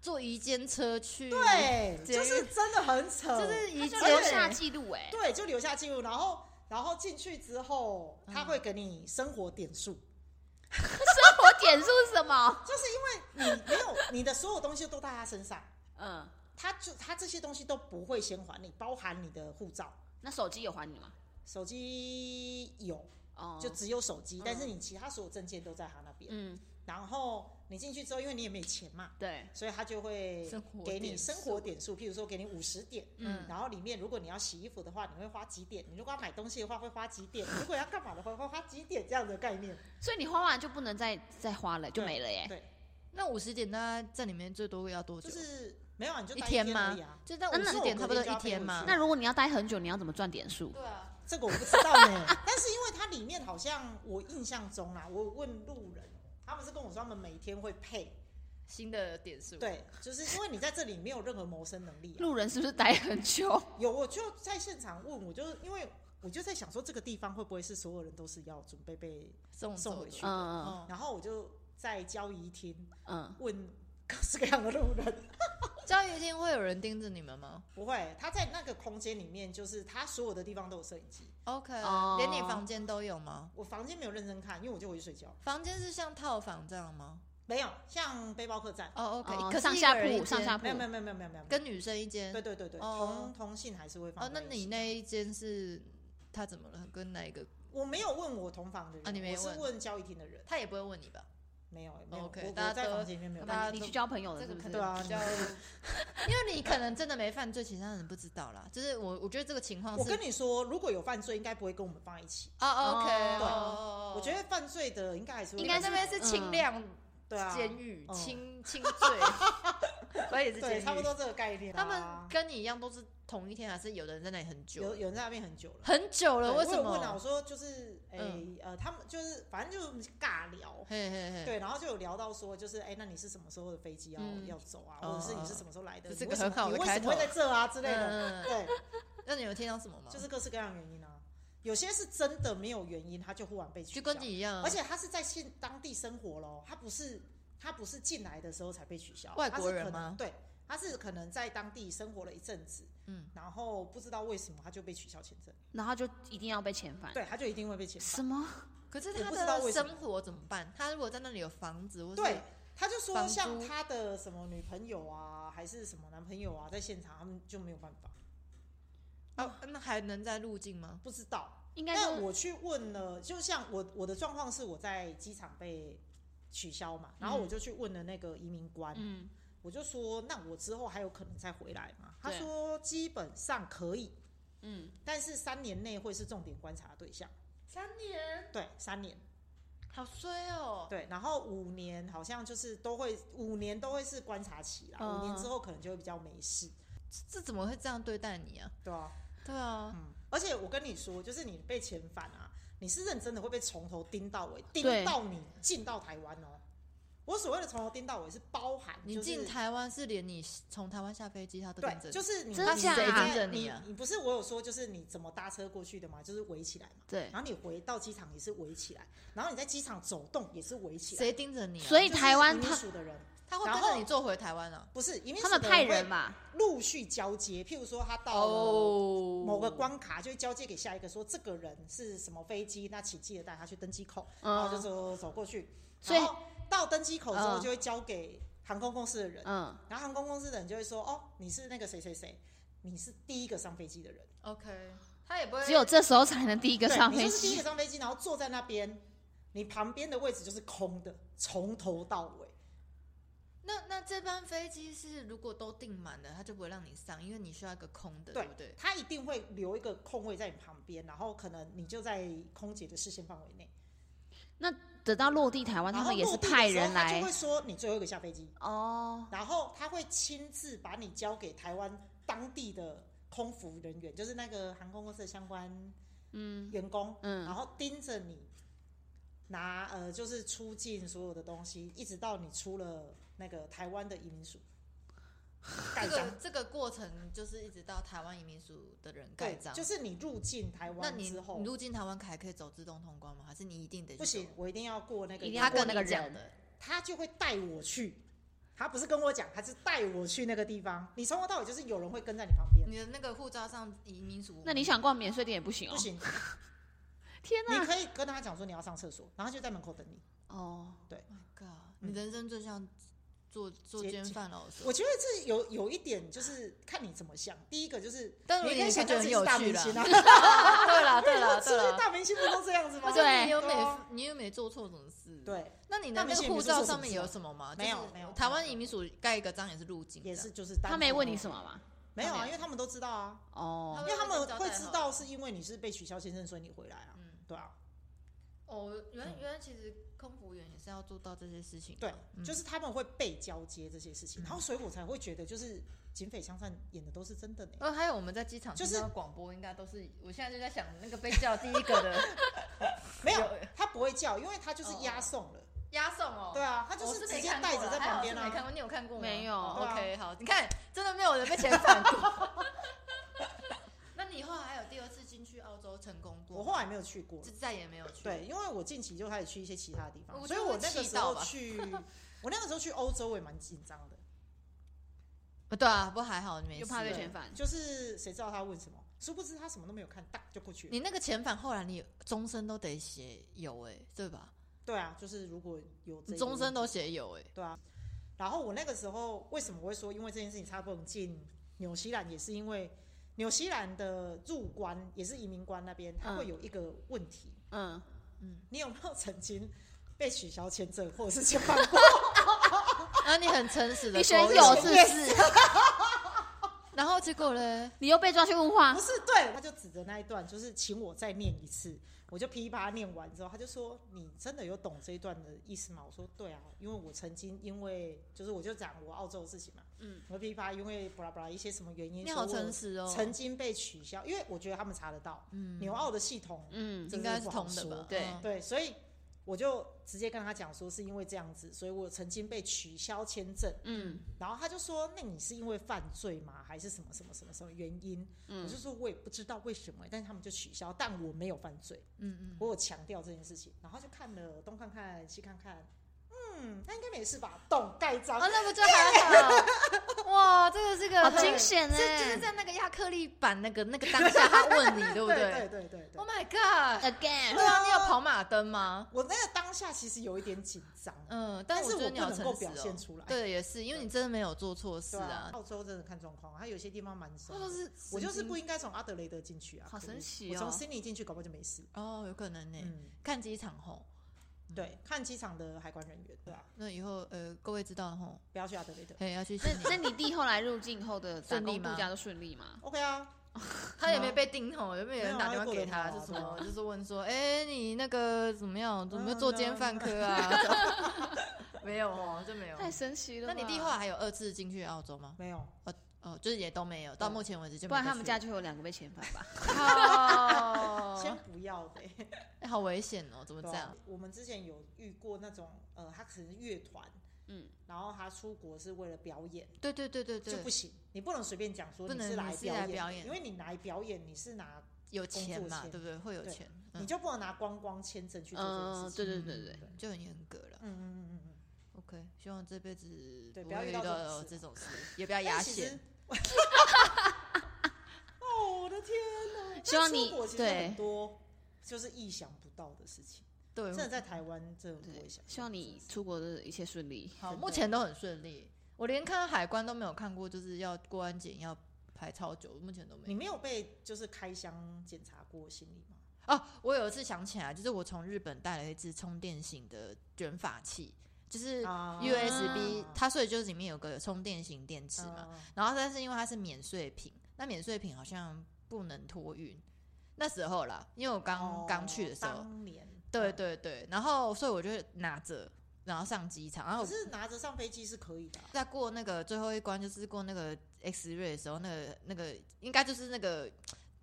Speaker 3: 坐移监车去，，
Speaker 1: 对，
Speaker 3: 监狱
Speaker 1: 就是真的很扯，
Speaker 3: 就是
Speaker 2: 他
Speaker 3: 移
Speaker 2: 就
Speaker 3: 监
Speaker 2: 留下
Speaker 3: 欸
Speaker 2: 记录 哎，
Speaker 1: 对，就留下记录，然后然后进去之后，他
Speaker 3: 嗯
Speaker 1: 会给你生活点数，
Speaker 2: 生活点数是什么？
Speaker 1: 就是因为你没有你的所有东西都在他身上。
Speaker 2: 嗯，
Speaker 1: 他就他这些东西都不会先还你，包含你的护照、
Speaker 2: 那手机有还你吗？
Speaker 1: 手机有，
Speaker 2: 哦，
Speaker 1: 就只有手机，
Speaker 2: 嗯
Speaker 1: 但是你其他所有证件都在他那边。
Speaker 2: 嗯，
Speaker 1: 然后你进去之后，因为你也没钱嘛，
Speaker 2: 对，
Speaker 1: 所以他就会
Speaker 3: 生活
Speaker 1: 给你
Speaker 3: 点
Speaker 1: 生
Speaker 3: 数
Speaker 1: 活点数，譬如说给你五十点，
Speaker 2: 嗯
Speaker 1: 然后里面如果你要洗衣服的话，你会花几点；你如果要买东西的话，会花几点；如果要干嘛的话，会花几点这样的概念。
Speaker 2: 嗯所以你花完就不能再再花了，就
Speaker 1: 对
Speaker 2: 没了耶。
Speaker 1: 对，
Speaker 3: 那五十点大概在里面最多要多久？
Speaker 1: 就是没有啊，你就
Speaker 3: 一
Speaker 1: 待
Speaker 3: 天
Speaker 1: 而
Speaker 3: 吗
Speaker 1: 已啊？
Speaker 3: 就在五
Speaker 2: 那那
Speaker 3: 十点差不多一
Speaker 1: 我隔天就要
Speaker 3: 天
Speaker 1: 飞
Speaker 3: 嘛
Speaker 1: 回。去
Speaker 2: 那如果你要待很久，你要怎么赚点数？
Speaker 3: 对啊，
Speaker 1: 这个我不知道呢。 但是因为它里面好像我印象中啦，我问路人，他们是跟我说他们每天会配，
Speaker 3: 新的点数，
Speaker 1: 对，就是因为你在这里没有任何谋生能力啊、
Speaker 2: 路人是不是待很 久？
Speaker 1: 有，我就在现场问，我就因为我就在想说，这个地方会不会是所有人都是要准备被？
Speaker 3: 送
Speaker 1: 送
Speaker 3: 走
Speaker 1: 回
Speaker 3: 的
Speaker 1: 去
Speaker 2: 嗯
Speaker 3: 嗯，
Speaker 1: 然后我就在交易厅
Speaker 3: 哦
Speaker 2: 嗯，
Speaker 1: 问各式各样的路人，
Speaker 3: 教育厅会有人盯着你们吗
Speaker 1: 不会，他在那个空间里面，就是他所有的地方都有摄影机。
Speaker 3: ？OK，
Speaker 2: 哦
Speaker 3: 连你房间都有吗？
Speaker 1: 我房间没有认真看，因为我就回去睡觉。
Speaker 3: 房间是像套房这样吗？
Speaker 1: 没有，像背包客栈，
Speaker 3: 哦，OK，可
Speaker 2: 哦
Speaker 3: 是
Speaker 2: 上
Speaker 3: 一
Speaker 2: 下
Speaker 3: 个人一
Speaker 2: 铺，
Speaker 3: 间
Speaker 2: 上下铺
Speaker 1: 没，有没有没有没有没有没有，
Speaker 3: 啊跟女生一间
Speaker 1: 对。对对对，
Speaker 3: 哦
Speaker 1: 同同性还是会放
Speaker 3: 哦，
Speaker 1: 在
Speaker 3: 那
Speaker 1: 一起。
Speaker 3: 你那一间是他怎么了？跟哪一个？
Speaker 1: 我没有问我同房的人，
Speaker 3: 啊你没
Speaker 1: 我是
Speaker 3: 问
Speaker 1: 问交易厅的人，
Speaker 3: 他也不会问你吧？
Speaker 1: 没有没有。
Speaker 3: OK，
Speaker 1: 我
Speaker 3: 大
Speaker 1: 我
Speaker 3: 家
Speaker 1: 在
Speaker 3: 都
Speaker 1: 房间里面没有问。
Speaker 3: 大家
Speaker 2: 你
Speaker 3: 都
Speaker 2: 去交朋友的
Speaker 3: 这
Speaker 2: 是
Speaker 3: 个
Speaker 2: 不
Speaker 3: 可
Speaker 2: 是？
Speaker 1: 对啊
Speaker 3: 能比较， 因为你可能真的没犯罪，其他人不知道啦。就是我，我觉得这个情况
Speaker 1: 我
Speaker 3: 是
Speaker 1: 跟你说，如果有犯罪，应该不会跟我们放在一起。
Speaker 3: 哦哦，OK，
Speaker 2: 哦
Speaker 3: 哦哦，
Speaker 1: 啊我觉得犯罪的应该还是会
Speaker 2: 应该
Speaker 3: 那
Speaker 2: 是
Speaker 3: 边是嗯清亮
Speaker 1: 对啊，
Speaker 3: 监狱，
Speaker 1: 嗯
Speaker 3: 清清 罪，我也是监
Speaker 1: 对，
Speaker 3: 狱，
Speaker 1: 差不。多这个概念啊。
Speaker 3: 他们跟你一样都是同一天，还是有的人在那里很
Speaker 1: 有
Speaker 3: 久？
Speaker 1: 有人在那边很久了。
Speaker 3: 很久
Speaker 1: 对
Speaker 3: 了，
Speaker 1: 我
Speaker 3: 为什
Speaker 1: 有问啊，我
Speaker 3: 么？
Speaker 1: 说就是，哎、
Speaker 3: 嗯
Speaker 1: 呃，他们就是反正就是尬聊，
Speaker 3: 嘿嘿嘿，
Speaker 1: 对，然后就有聊到说，就是哎、那你是什么时候的飞机要、
Speaker 3: 嗯
Speaker 1: 要走啊，
Speaker 3: 哦
Speaker 1: 或者是你是什么时候来的？
Speaker 3: 这
Speaker 1: 你
Speaker 3: 是个
Speaker 1: 为什么
Speaker 3: 很好的
Speaker 1: 你为
Speaker 3: 开
Speaker 1: 什么会
Speaker 3: 头嗯
Speaker 1: 在这啊之
Speaker 3: 之
Speaker 1: 类的？对，
Speaker 3: 嗯那你有听到什么吗？
Speaker 1: 就是各式各样的原因啊。有些是真的没有原因，他就忽然被取
Speaker 3: 就
Speaker 1: 消
Speaker 3: 跟，你一样啊，
Speaker 1: 而且他是在现当地生活咯，他不是他不是进来的时候才被取消，
Speaker 3: 外国
Speaker 1: 他
Speaker 3: 人
Speaker 1: 是可能
Speaker 3: 吗
Speaker 1: 对，他是可能在当地生活了一阵子，
Speaker 3: 嗯，
Speaker 1: 然后不知道为什么他就被取消签证，
Speaker 2: 然后就一定要被遣返。
Speaker 1: 对，他就一定会被遣
Speaker 2: 什
Speaker 1: 返。
Speaker 2: 么？
Speaker 3: 可是
Speaker 1: 我
Speaker 3: 他
Speaker 1: 不知道为
Speaker 3: 的
Speaker 1: 什么
Speaker 3: 生活怎么办？他如果在那里有房子，或是
Speaker 1: 对，他就说
Speaker 3: 房租
Speaker 1: 像他的什么女朋友啊，还是什么男朋友啊，在现场他们就没有办法，
Speaker 3: 啊，
Speaker 1: 嗯
Speaker 3: 那还能再入境吗？
Speaker 1: 不知道。
Speaker 2: 应该
Speaker 1: 但
Speaker 2: 就
Speaker 1: 我去问了，就像我我的状况是我在机场被取消嘛，然后我就去问了那个移民官，
Speaker 2: 嗯，
Speaker 1: 我就说那我之后还有可能再回来嘛？他
Speaker 2: 对
Speaker 1: 说基本上可以，
Speaker 2: 嗯，
Speaker 1: 但是三年内会是重点观察对象，
Speaker 3: 三年，
Speaker 1: 对，三年。
Speaker 3: 好衰哦。
Speaker 1: 对，然后五年好像就是都会五年都会是观察期啦，
Speaker 2: 嗯
Speaker 1: 五年之后可能就会比较没事，
Speaker 3: 这怎么会这样对待你啊？
Speaker 1: 对啊，
Speaker 3: 对啊，
Speaker 1: 嗯，而且我跟你说，就是你被遣返啊，你是认真的会被从头盯到尾，
Speaker 2: 对
Speaker 1: 盯到你进到台湾哦。我所谓的从头盯到尾是包含、
Speaker 3: 你
Speaker 1: 就是
Speaker 3: 进台湾是连你从台湾下飞机，他都盯
Speaker 1: 对，
Speaker 3: 着你
Speaker 1: 就是你
Speaker 2: 真的
Speaker 1: 你
Speaker 2: 假的
Speaker 1: 在
Speaker 2: 谁
Speaker 3: 盯着你啊
Speaker 1: 你不是我有说就是你怎么搭车过去的嘛，就是围起来嘛，
Speaker 2: 对。
Speaker 1: 然后你回到机场也是围起来，然后你在机场走动也是围起来，
Speaker 3: 谁盯着你啊？
Speaker 2: 所以
Speaker 1: 就是
Speaker 2: 台湾
Speaker 1: 移民
Speaker 2: 他
Speaker 1: 署的人
Speaker 3: 他会跟
Speaker 1: 然
Speaker 3: 着
Speaker 1: 后
Speaker 3: 你坐回台湾啊？
Speaker 1: 不是移民
Speaker 2: 他
Speaker 1: 署
Speaker 2: 们
Speaker 1: 的
Speaker 2: 派
Speaker 1: 会
Speaker 2: 人吧？
Speaker 1: 陆续交接，譬如说他到了
Speaker 3: 哦
Speaker 1: 某个关卡，就会交接给下一个说这个人是什么飞机，那请记得带他去登机口，然哦后就
Speaker 2: 嗯
Speaker 1: 走走过去，
Speaker 2: 所以
Speaker 1: 然后到登机口之后
Speaker 2: 嗯
Speaker 1: 就会交给航空公司的人，
Speaker 2: 嗯，
Speaker 1: 然后航空公司的人就会说哦，你是那个谁谁谁，你是第一个上飞机的人，
Speaker 3: ，OK，他也不会
Speaker 2: 只有这时候才能第一个
Speaker 1: 对
Speaker 2: 上
Speaker 1: 你
Speaker 2: 飞
Speaker 1: 就是第一
Speaker 2: 机
Speaker 1: 个。上飞机，然后坐在那边，你旁边的位置就是空的，从头到尾。
Speaker 3: 那那这班飞机是如果都订满了，他就不会让你上，因为你需要一个空的，
Speaker 1: 对
Speaker 3: 对不对？
Speaker 1: 他一定会留一个空位在你旁边，然后可能你就在空姐的视线范围内。
Speaker 2: 等到落地台湾，他
Speaker 1: 然后
Speaker 2: 们哦也是
Speaker 1: 落地的
Speaker 2: 派
Speaker 1: 时候
Speaker 2: 人
Speaker 1: 他
Speaker 2: 来
Speaker 1: 就会说你最后一个下飞机，
Speaker 2: 哦，
Speaker 1: 然后他会亲自把你交给台湾当地的空服人员，就是那个航空公司的相关
Speaker 2: 嗯
Speaker 1: 员工，然
Speaker 2: 嗯，
Speaker 1: 后盯着你拿呃，就是出境所有的东西，一直到你出了那个台湾的移民 署盖
Speaker 3: 这
Speaker 1: 章
Speaker 3: 个。这个过程就是一直到台湾移民署的人盖
Speaker 1: 对，
Speaker 3: 章。
Speaker 1: 就是你入境台
Speaker 3: 那
Speaker 1: 湾
Speaker 3: 你
Speaker 1: 之后
Speaker 3: 你，入境台湾还可以走自动通关吗？还是你一定得去
Speaker 1: 不行
Speaker 3: 走？，
Speaker 1: 我一定要过那个
Speaker 2: 一
Speaker 1: 移民，
Speaker 2: 定要
Speaker 3: 他
Speaker 2: 过
Speaker 3: 跟
Speaker 2: 那
Speaker 3: 你
Speaker 2: 个
Speaker 3: 讲
Speaker 2: 人
Speaker 3: 的，
Speaker 1: 他就会带我去。他不是跟我讲，他是带我去那个地方。你从头到尾就是有人会跟在你旁边，
Speaker 3: 你的那个护照上移民署，
Speaker 2: 那你想逛免税店也不行哦
Speaker 1: 不，行，
Speaker 2: 天
Speaker 1: 你
Speaker 2: 哪、
Speaker 1: 可以跟他讲说你要上厕所，然后就在门口等你。
Speaker 2: 哦，
Speaker 3: ？Oh ，My God，
Speaker 1: 嗯
Speaker 3: 你人生最像做做
Speaker 1: 接
Speaker 3: 奸犯老师
Speaker 1: 我，觉得这有有一点就是看你怎么想。第一个就是，
Speaker 3: 但
Speaker 1: 你可
Speaker 3: 我
Speaker 1: 以
Speaker 3: 以
Speaker 1: 想
Speaker 3: 前
Speaker 1: 象
Speaker 3: 就很
Speaker 1: 自己
Speaker 3: 有
Speaker 1: 是大
Speaker 3: 趣
Speaker 1: 明
Speaker 3: 了。
Speaker 1: 星啊，
Speaker 3: 对了 对啊 了
Speaker 1: 是
Speaker 3: 对
Speaker 1: 不是
Speaker 3: 了，
Speaker 1: 大明星不都这样子吗？
Speaker 2: 对
Speaker 3: 你又
Speaker 1: 对
Speaker 3: 没
Speaker 1: 啊
Speaker 3: 你又没做错什么事，。
Speaker 1: 对，
Speaker 3: 那你的那个护照上面有什么吗？
Speaker 1: 没有
Speaker 3: 就是
Speaker 1: 没有
Speaker 3: 台湾移民署盖一个章也是入境，
Speaker 1: 也是。就是
Speaker 2: 他没问你什
Speaker 1: 么，
Speaker 2: 么嘛？
Speaker 1: 没有啊，
Speaker 2: 他没有
Speaker 1: 因为他们都知道啊，
Speaker 2: 哦
Speaker 3: 他
Speaker 1: 因
Speaker 3: 们
Speaker 1: 为他们
Speaker 3: 会交代
Speaker 1: 会
Speaker 3: 好
Speaker 1: 知道是因为你是被取消签证，所以你回来啊，
Speaker 3: 嗯，
Speaker 1: 对啊，
Speaker 3: 哦，原来
Speaker 1: 嗯
Speaker 3: 原来其实空服员也是要做到这些事情的。
Speaker 1: 对，
Speaker 3: 嗯
Speaker 1: 就是他们会被交接这些事情，
Speaker 3: 嗯
Speaker 1: 然后所以我才会觉得就是警匪枪战演的都是真的 呢。
Speaker 3: 呃，还有我们在机场
Speaker 1: 就是
Speaker 3: 听到广播，应该都是我现在就在想那个被叫第一个的
Speaker 1: 没有，他不会叫，因为他就是押送了，
Speaker 3: 押送哦。
Speaker 1: 对啊，他就
Speaker 3: 我
Speaker 1: 是
Speaker 3: 是
Speaker 1: 直
Speaker 3: 没
Speaker 1: 接
Speaker 3: 看过
Speaker 1: 带着
Speaker 3: 啦
Speaker 1: 在
Speaker 3: 还好
Speaker 1: 旁
Speaker 3: 是
Speaker 1: 边
Speaker 3: 没看
Speaker 1: 啊。
Speaker 3: 过，你有看过吗？
Speaker 2: 没有
Speaker 3: 哦
Speaker 1: 对啊
Speaker 3: OK，好，你看，真的没有人被遣返过。 那你以后还有第二次进去澳洲成功过吗？
Speaker 1: 我后来没有去过
Speaker 3: 就，再也没有去。
Speaker 1: 对，，因为我近期就开始去一些其他的地方，
Speaker 3: 我
Speaker 1: 所以
Speaker 3: 就
Speaker 1: 我
Speaker 3: 会
Speaker 1: 那个
Speaker 3: 气
Speaker 1: 时
Speaker 3: 到
Speaker 1: 候
Speaker 3: 吧
Speaker 1: 去，我那个时候去欧洲我也蛮紧张的，
Speaker 3: 呃对啊，不还好，你没
Speaker 2: 又怕被
Speaker 3: 事
Speaker 2: 遣返，
Speaker 1: 就是谁知道他问什么，殊不知他什么都没有看，哒就过去了。
Speaker 3: 你那个遣返后来你终身都得写有哎、对吧？
Speaker 1: 对啊，就是如果有这
Speaker 3: 你
Speaker 1: 个
Speaker 3: 终身
Speaker 1: 问
Speaker 3: 都
Speaker 1: 题。
Speaker 3: 写有哎、
Speaker 1: 然后我那个时候为什么我会说，因为这件事情差不多进纽西兰，也是因为纽西兰的入关也是移民官那边，它
Speaker 3: 嗯
Speaker 1: 会有一个问题，
Speaker 2: 嗯，
Speaker 1: 你有没有曾经被取消签证或者是遣返过？
Speaker 3: 然后啊你很诚实的
Speaker 2: 你选有
Speaker 3: 有
Speaker 2: 是，不是？
Speaker 3: 然后结果嘞，
Speaker 2: 你又被抓去问
Speaker 3: 啊
Speaker 2: 话
Speaker 1: 不，是，对，他就指着那一段，就是请我再念一次。我就噼啪念完之后，他就说：“你真的有懂这一段的意思吗？”我说：“对啊，因为我曾经因为就是我就讲我澳洲的事情嘛，
Speaker 2: 嗯，
Speaker 1: 我噼啪因为巴拉巴拉一些什么原因，
Speaker 3: 你好
Speaker 1: 所以我
Speaker 3: 诚实哦，
Speaker 1: 曾经被取消，因为我觉得他们查得到
Speaker 3: 嗯
Speaker 1: 纽澳的系统，
Speaker 2: 嗯
Speaker 1: 这
Speaker 3: 应该
Speaker 1: 个
Speaker 3: 是
Speaker 1: 不好
Speaker 3: 同的吧
Speaker 1: 说？
Speaker 2: 对
Speaker 3: 嗯
Speaker 1: 对，所以我就直接跟他讲说是因为这样子，所以我曾经被取消签证。
Speaker 2: 嗯
Speaker 1: 然后他就说：“那你是因为犯罪吗？还是什么什么什么什么原因？”我
Speaker 2: 嗯
Speaker 1: 就说：“我也不知道为什么，但是他们就取消，但我没有犯罪，
Speaker 3: 嗯嗯，
Speaker 1: 我有强调这件事情。”然后就看了东看看西看看，嗯，那应该没事吧？懂盖章
Speaker 3: 啊，，那不就还 好？哇，这个这个
Speaker 2: 好
Speaker 3: 很
Speaker 2: 惊险
Speaker 3: 是就是
Speaker 2: 哎、
Speaker 3: 在那个亚克力版那个那个当下，他问你对不
Speaker 1: 对 对对
Speaker 3: 对
Speaker 1: 对对
Speaker 3: ？Oh。my god！
Speaker 2: a g a i
Speaker 3: 对
Speaker 2: n
Speaker 3: 啊，你有跑马灯吗？
Speaker 1: 我那个当下其实有一点紧张，
Speaker 3: 嗯，
Speaker 1: 但
Speaker 3: 我
Speaker 1: 是
Speaker 3: 觉
Speaker 1: 我
Speaker 3: 得
Speaker 1: 不
Speaker 3: 你要
Speaker 1: 能够
Speaker 3: 诚实
Speaker 1: 表现
Speaker 3: 哦。
Speaker 1: 出来。
Speaker 3: 对，也是，因为你真的没有做错事
Speaker 1: 对
Speaker 3: 啊。
Speaker 1: 澳洲真的看状况，它有些地方蛮深
Speaker 3: 他
Speaker 1: 的。
Speaker 3: 都是
Speaker 1: 我就是不
Speaker 3: 神
Speaker 1: 应该从阿德雷德进去啊，
Speaker 2: 好
Speaker 1: 可恶
Speaker 2: 神奇
Speaker 1: 我
Speaker 2: 哦
Speaker 1: 从悉尼进去，搞不好就没事。
Speaker 3: 经哦，有可能呢。
Speaker 1: 嗯，
Speaker 3: 看机场吼，嗯
Speaker 1: 对，看机场的海关人员，对吧、啊
Speaker 3: 那以后呃，各位知道了吼，
Speaker 1: 不要去阿德雷德。
Speaker 3: 可以 要去
Speaker 2: 那
Speaker 3: 悉尼
Speaker 2: 那你弟后来入境后的打
Speaker 3: 顺利
Speaker 2: 工
Speaker 3: 吗
Speaker 2: 度假都顺利吗？
Speaker 1: OK 啊，
Speaker 3: 他也没被盯吼，有没有人打
Speaker 1: 没有
Speaker 3: 电
Speaker 1: 啊
Speaker 3: 话给他，
Speaker 1: 过得
Speaker 3: 就
Speaker 1: 很
Speaker 3: 什
Speaker 1: 好啊
Speaker 3: 么就是问说，哎，你那个怎么样，怎么做 奸犯科啊？ 没有哦，就没有。
Speaker 2: 太神奇了
Speaker 3: 那
Speaker 2: 吧！
Speaker 3: 你弟后来还有二次进去澳洲吗？
Speaker 1: 没有，
Speaker 3: 哦，就是也都没有，到目前为止就没
Speaker 2: 不然他们家哦
Speaker 3: 就
Speaker 2: 就会有两个被遣返吧？
Speaker 1: 先
Speaker 3: 靠，
Speaker 1: 不要呗、
Speaker 3: 哎好危险哦，怎么
Speaker 1: 对
Speaker 3: 这
Speaker 1: 啊
Speaker 3: 样？
Speaker 1: 我们之前有遇过那种，呃，他可能是乐团，
Speaker 2: 嗯，
Speaker 1: 然后他出国是为了表演，
Speaker 3: 对对对对
Speaker 1: 就
Speaker 3: 对
Speaker 1: 不，行，你不能随便讲说
Speaker 3: 不
Speaker 1: 你
Speaker 3: 能
Speaker 1: 是
Speaker 3: 你
Speaker 1: 来
Speaker 3: 是
Speaker 1: 表
Speaker 3: 来
Speaker 1: 演的，
Speaker 3: 表演
Speaker 1: 因为你来表演你是拿，
Speaker 3: 有钱
Speaker 1: 工作
Speaker 3: 嘛，
Speaker 1: 签
Speaker 3: 对不对？会有
Speaker 1: 对
Speaker 3: 钱，
Speaker 1: 你
Speaker 3: 嗯，
Speaker 1: 就不能拿观光签证去做这件
Speaker 2: 嗯，
Speaker 1: 事
Speaker 2: 对
Speaker 1: 情。
Speaker 2: 对对对，
Speaker 3: 就很严格了。
Speaker 1: 嗯嗯嗯嗯嗯。
Speaker 3: OK，希望这辈子
Speaker 1: 对
Speaker 3: 不
Speaker 1: 不要
Speaker 3: 会
Speaker 1: 遇
Speaker 3: 遇
Speaker 1: 到这种
Speaker 3: 到
Speaker 1: 事
Speaker 3: 这种事，也不 要
Speaker 1: 但
Speaker 3: 压
Speaker 1: 哎其实
Speaker 3: 线。。
Speaker 1: 哦，我的天哪！但
Speaker 2: 希望你
Speaker 1: 出国其实
Speaker 2: 对
Speaker 1: 很多就是意想不到的事情，
Speaker 3: 对
Speaker 1: 真，的在台湾真的不会
Speaker 2: 对
Speaker 1: 想。，
Speaker 2: 希望你出国的一切顺利。
Speaker 3: 好，
Speaker 1: 真
Speaker 3: 目
Speaker 1: 的欸
Speaker 3: 前都很顺利，我连看到海关都没有看过，就是要过安检要排超久，目前都没
Speaker 1: 你
Speaker 3: 有。
Speaker 1: 没有被就是开箱检查过行李吗？
Speaker 3: 哦，我有一次想起来，就是我从日本带了一支充电型的卷发器，就是
Speaker 1: 啊
Speaker 3: USB，、它所以就是里面有个充电型电池嘛，
Speaker 1: 嗯
Speaker 3: 然后但是因为它是免税品，那免税品好像不能托运，那时候啦，因为我刚、
Speaker 1: 哦
Speaker 3: 刚去的时候，
Speaker 1: 当年嗯
Speaker 3: 对对对，然后所以我就拿着，然后上机场，然后
Speaker 1: 可是拿着上飞机是可以的啊、
Speaker 3: 在过那个最后一关，就是过那个 X ray 的时候，那个那个应该就是那个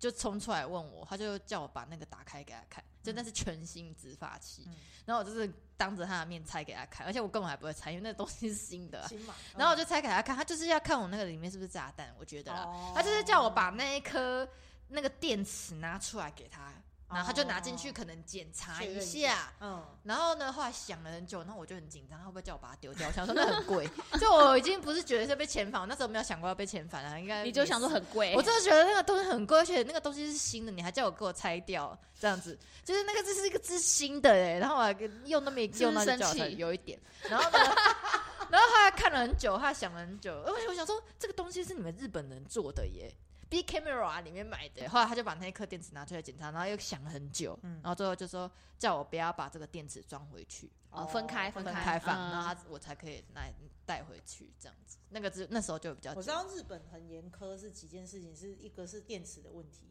Speaker 3: 就冲出来问我，他就叫我把那个打开给他看，就那是全新植发器，
Speaker 1: 嗯
Speaker 3: 然后我就是当着他的面拆给他看，而且我根本还不会拆，因为那东西是新的啊、
Speaker 1: 行嘛。
Speaker 3: 然后我就拆给他看，他就是要看我那个里面是不是炸弹，我觉得啦，
Speaker 1: 嗯哦
Speaker 3: 他就是叫我把那一颗那个电池拿出来给他，然后他就拿进去，
Speaker 1: 哦
Speaker 3: 可能检查
Speaker 1: 确认
Speaker 3: 一
Speaker 1: 一
Speaker 3: 下。
Speaker 1: 嗯，
Speaker 3: 然后呢，后来想了很久，那我就很紧张，他会不会叫我把它丢掉？我想说那很贵， 就我已经不是觉得是被遣返，我那时候没有想过要被遣返啊，应该
Speaker 2: 你就想说
Speaker 3: 很。
Speaker 2: 很贵，
Speaker 3: 我真的觉得那个东西很贵，而且那个东西是新的，你还叫我给我拆掉，这样子，就是那个这是一个是新的哎、然后我还跟用那么一
Speaker 2: 是不是
Speaker 3: 用到就
Speaker 2: 生
Speaker 3: 叫我
Speaker 2: 气
Speaker 3: 拆有一点，然后呢， 然后后来看了很久，他想了很久，而且我想说这个东西是你们日本人做的耶。B camera 里面买的，后来他就把那一颗电池拿出来检查，然后又想了很久，
Speaker 1: 嗯
Speaker 3: 然后最后就说叫我不要把这个电池装回去，
Speaker 2: 哦分开分
Speaker 3: 分开放，
Speaker 2: 嗯
Speaker 3: 然后他我才可以拿带回去这样子。那个只那时候就比较
Speaker 1: 我知
Speaker 3: 紧
Speaker 1: 道日本很严苛是几件事情，是一个是电池的问题，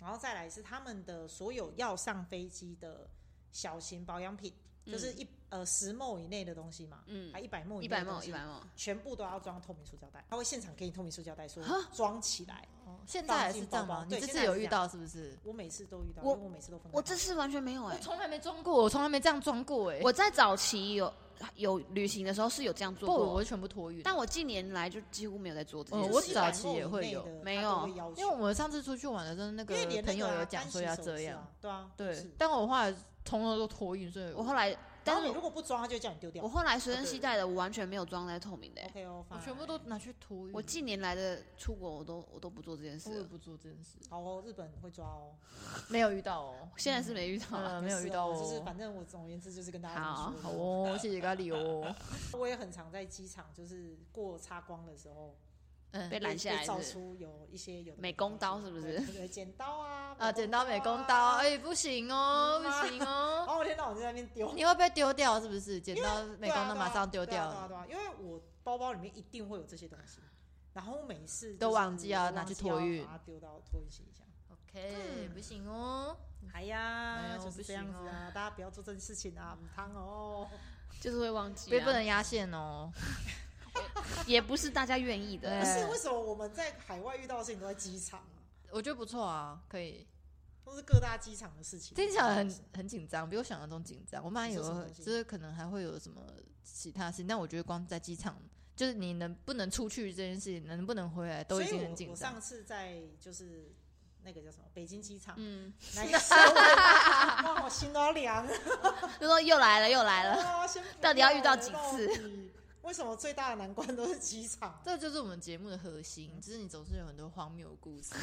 Speaker 1: 然后再来是他们的所有要上飞机的小型保养品，
Speaker 3: 嗯
Speaker 1: 就是一呃十墨以内的东西嘛，
Speaker 2: 嗯
Speaker 1: 还一百墨
Speaker 2: 一百毛
Speaker 1: 墨
Speaker 2: 一百毛，
Speaker 1: 全部都要装透明塑胶袋，他会现场给你透明塑胶袋说
Speaker 2: 哈
Speaker 1: 装起来。
Speaker 3: 哦，现在还是这样吗
Speaker 1: 嗯放？进包包
Speaker 3: 你
Speaker 1: 对
Speaker 3: 这
Speaker 1: 现
Speaker 3: 次
Speaker 1: 在
Speaker 3: 有
Speaker 1: 是
Speaker 3: 遇
Speaker 1: 这样
Speaker 3: 到是不是？
Speaker 1: 我每次都遇到，因
Speaker 2: 我
Speaker 1: 为我每次都分开
Speaker 2: 我这次完全没有哎、
Speaker 3: 从来没装过，我从来没这样装过哎、
Speaker 2: 我在早期有有旅行的时候是有这样
Speaker 3: 不，
Speaker 2: 做
Speaker 3: 我
Speaker 2: 过，
Speaker 3: 全部托运。
Speaker 2: 但我近年来就几乎没有在做这
Speaker 3: 哦
Speaker 2: 件
Speaker 1: 就
Speaker 2: 事。
Speaker 1: 是
Speaker 3: 我
Speaker 1: 100
Speaker 3: 早期
Speaker 1: 墨
Speaker 3: 也
Speaker 1: 以
Speaker 3: 会
Speaker 1: 内
Speaker 3: 有
Speaker 1: 的他
Speaker 2: 没
Speaker 1: 都
Speaker 2: 有
Speaker 1: 会要
Speaker 3: 因为
Speaker 1: 求
Speaker 3: 我们上次出去玩的时候，那
Speaker 1: 因为连那
Speaker 3: 朋友
Speaker 1: 个啊
Speaker 3: 有讲说
Speaker 1: 单
Speaker 3: 要这，样，
Speaker 1: 洗手也是啊对啊，
Speaker 3: 对
Speaker 1: 是。
Speaker 3: 但我后来通通都托运，所以
Speaker 2: 我后来，
Speaker 1: 然
Speaker 2: 但
Speaker 1: 后
Speaker 2: 是
Speaker 1: 你如果不装，他就叫你丢掉
Speaker 2: 我。后来随身携带的，我完全没有装在透明的、欸。
Speaker 1: OK 哦，
Speaker 3: 我
Speaker 1: fine
Speaker 3: 全部都拿去托运。
Speaker 2: 我近年来的出国，我都我都不做这件
Speaker 3: 我
Speaker 2: 事
Speaker 3: 也
Speaker 2: 了，
Speaker 3: 不做这件事，
Speaker 1: 好哦，日本会抓 哦。
Speaker 3: 没有遇到 哦，
Speaker 2: 现在是没遇到啊、
Speaker 3: 嗯，没有
Speaker 1: 是
Speaker 3: 遇到
Speaker 1: 哦
Speaker 3: 哦，
Speaker 1: 就是反正我总而言之就是跟大家这么
Speaker 3: 好
Speaker 1: 说。
Speaker 3: 哦，谢谢咖喱哦，
Speaker 1: 我也很常在机场就是过擦光的时候
Speaker 2: 被
Speaker 3: 嗯
Speaker 2: 拦下来
Speaker 1: 被照
Speaker 2: 是
Speaker 1: 出有一些有的
Speaker 2: 美工刀是不是？
Speaker 1: 对对对，剪刀啊
Speaker 3: 啊，剪刀美工刀，
Speaker 1: 啊
Speaker 3: 哎，不行哦，
Speaker 1: 嗯啊
Speaker 3: 不行哦
Speaker 1: 然，后我天到晚就在那边丢，
Speaker 3: 你会被丢掉是不是？剪刀美
Speaker 1: 对啊
Speaker 3: 工刀马上丢
Speaker 1: 对啊
Speaker 3: 掉
Speaker 1: 对啊对啊，对啊因为我包包里面一定会有这些东西，然后我每一次就是
Speaker 3: 都忘记要
Speaker 1: 都
Speaker 3: 拿去托
Speaker 1: 要
Speaker 3: 运
Speaker 1: 把它丢到托运行李箱。
Speaker 3: ，OK，
Speaker 1: 嗯
Speaker 3: 不行哦。
Speaker 1: 哎呀，
Speaker 3: 哎呦
Speaker 1: 就是这样
Speaker 3: 不
Speaker 1: 子
Speaker 3: 行嗯
Speaker 1: 啊，大家不要做这件事情啊，很烫哦。
Speaker 2: 就是会忘记、
Speaker 3: 所以
Speaker 2: 啊，
Speaker 3: 不能压线哦。
Speaker 2: 也不是大家愿意
Speaker 1: 可
Speaker 2: 的
Speaker 3: 对。
Speaker 1: 是为什么我们在海外遇到的事情都在机场啊？
Speaker 3: 我觉得不错啊，可以。
Speaker 1: 都是各大机场的事情，
Speaker 3: 听起来很很紧张，比我想象中紧张。我本来以
Speaker 1: 你说什么
Speaker 3: 为
Speaker 1: 东西
Speaker 3: 就是可能还会有什么其他事情，但我觉得光在机场，就是你能不能出去这件事情，能不能回来都
Speaker 1: 所
Speaker 3: 已
Speaker 1: 以
Speaker 3: 经
Speaker 1: 我
Speaker 3: 很紧
Speaker 1: 我
Speaker 3: 张。
Speaker 1: 上次在就是那个叫什么北京机场，
Speaker 2: 嗯，
Speaker 1: 那一次我 哇，我心都要凉 了。
Speaker 2: 就说又来了，又来了。
Speaker 1: 哇先不
Speaker 2: 到底要遇到几次
Speaker 1: 到底为什么最大的难关都是机场？
Speaker 3: 这就是我们节目的核心，就是你总是有很多荒谬的故 事。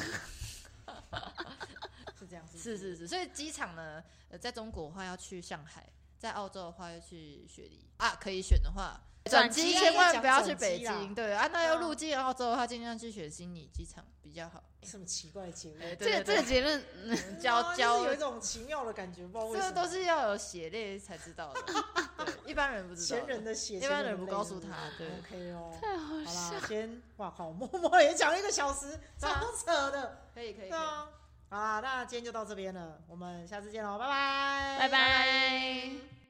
Speaker 1: 是这样子，
Speaker 3: 是是是，所以机场呢，呃，在中国的话要去上海，在澳洲的话要去雪梨啊，可以选的话，转
Speaker 2: 转
Speaker 3: 机
Speaker 2: 机
Speaker 3: 千万不要去
Speaker 1: 转机
Speaker 3: 北
Speaker 1: 啦
Speaker 3: 京，对啊，那要
Speaker 1: 对啊
Speaker 3: 入境澳洲的话，尽量去选悉尼机场比较好。
Speaker 1: 哎什么奇怪的结论？
Speaker 3: 哎
Speaker 2: 这个这个结论，
Speaker 3: 哦
Speaker 2: 嗯
Speaker 3: 交交
Speaker 1: 就是有一种奇妙的感觉，不知道为
Speaker 3: 这
Speaker 1: 什
Speaker 3: 个
Speaker 1: 么。
Speaker 3: 都是要有血泪才知道 的，对，一般人不知道
Speaker 1: 前
Speaker 3: 的，
Speaker 1: 人的血，
Speaker 3: 一般
Speaker 1: 前
Speaker 3: 人
Speaker 1: 的
Speaker 3: 不
Speaker 1: 泪
Speaker 3: 告诉
Speaker 1: 对不
Speaker 3: 他，对
Speaker 1: 对。OK 哦，
Speaker 2: 太好
Speaker 1: 好
Speaker 2: 笑。
Speaker 1: 啦，先哇靠，默默也讲了一个小时，
Speaker 3: 对啊
Speaker 1: 超扯的。
Speaker 3: 可以可以
Speaker 1: 对，啊，好啦，那今天就到这边了，我们下次见喽，拜拜，
Speaker 2: 拜拜。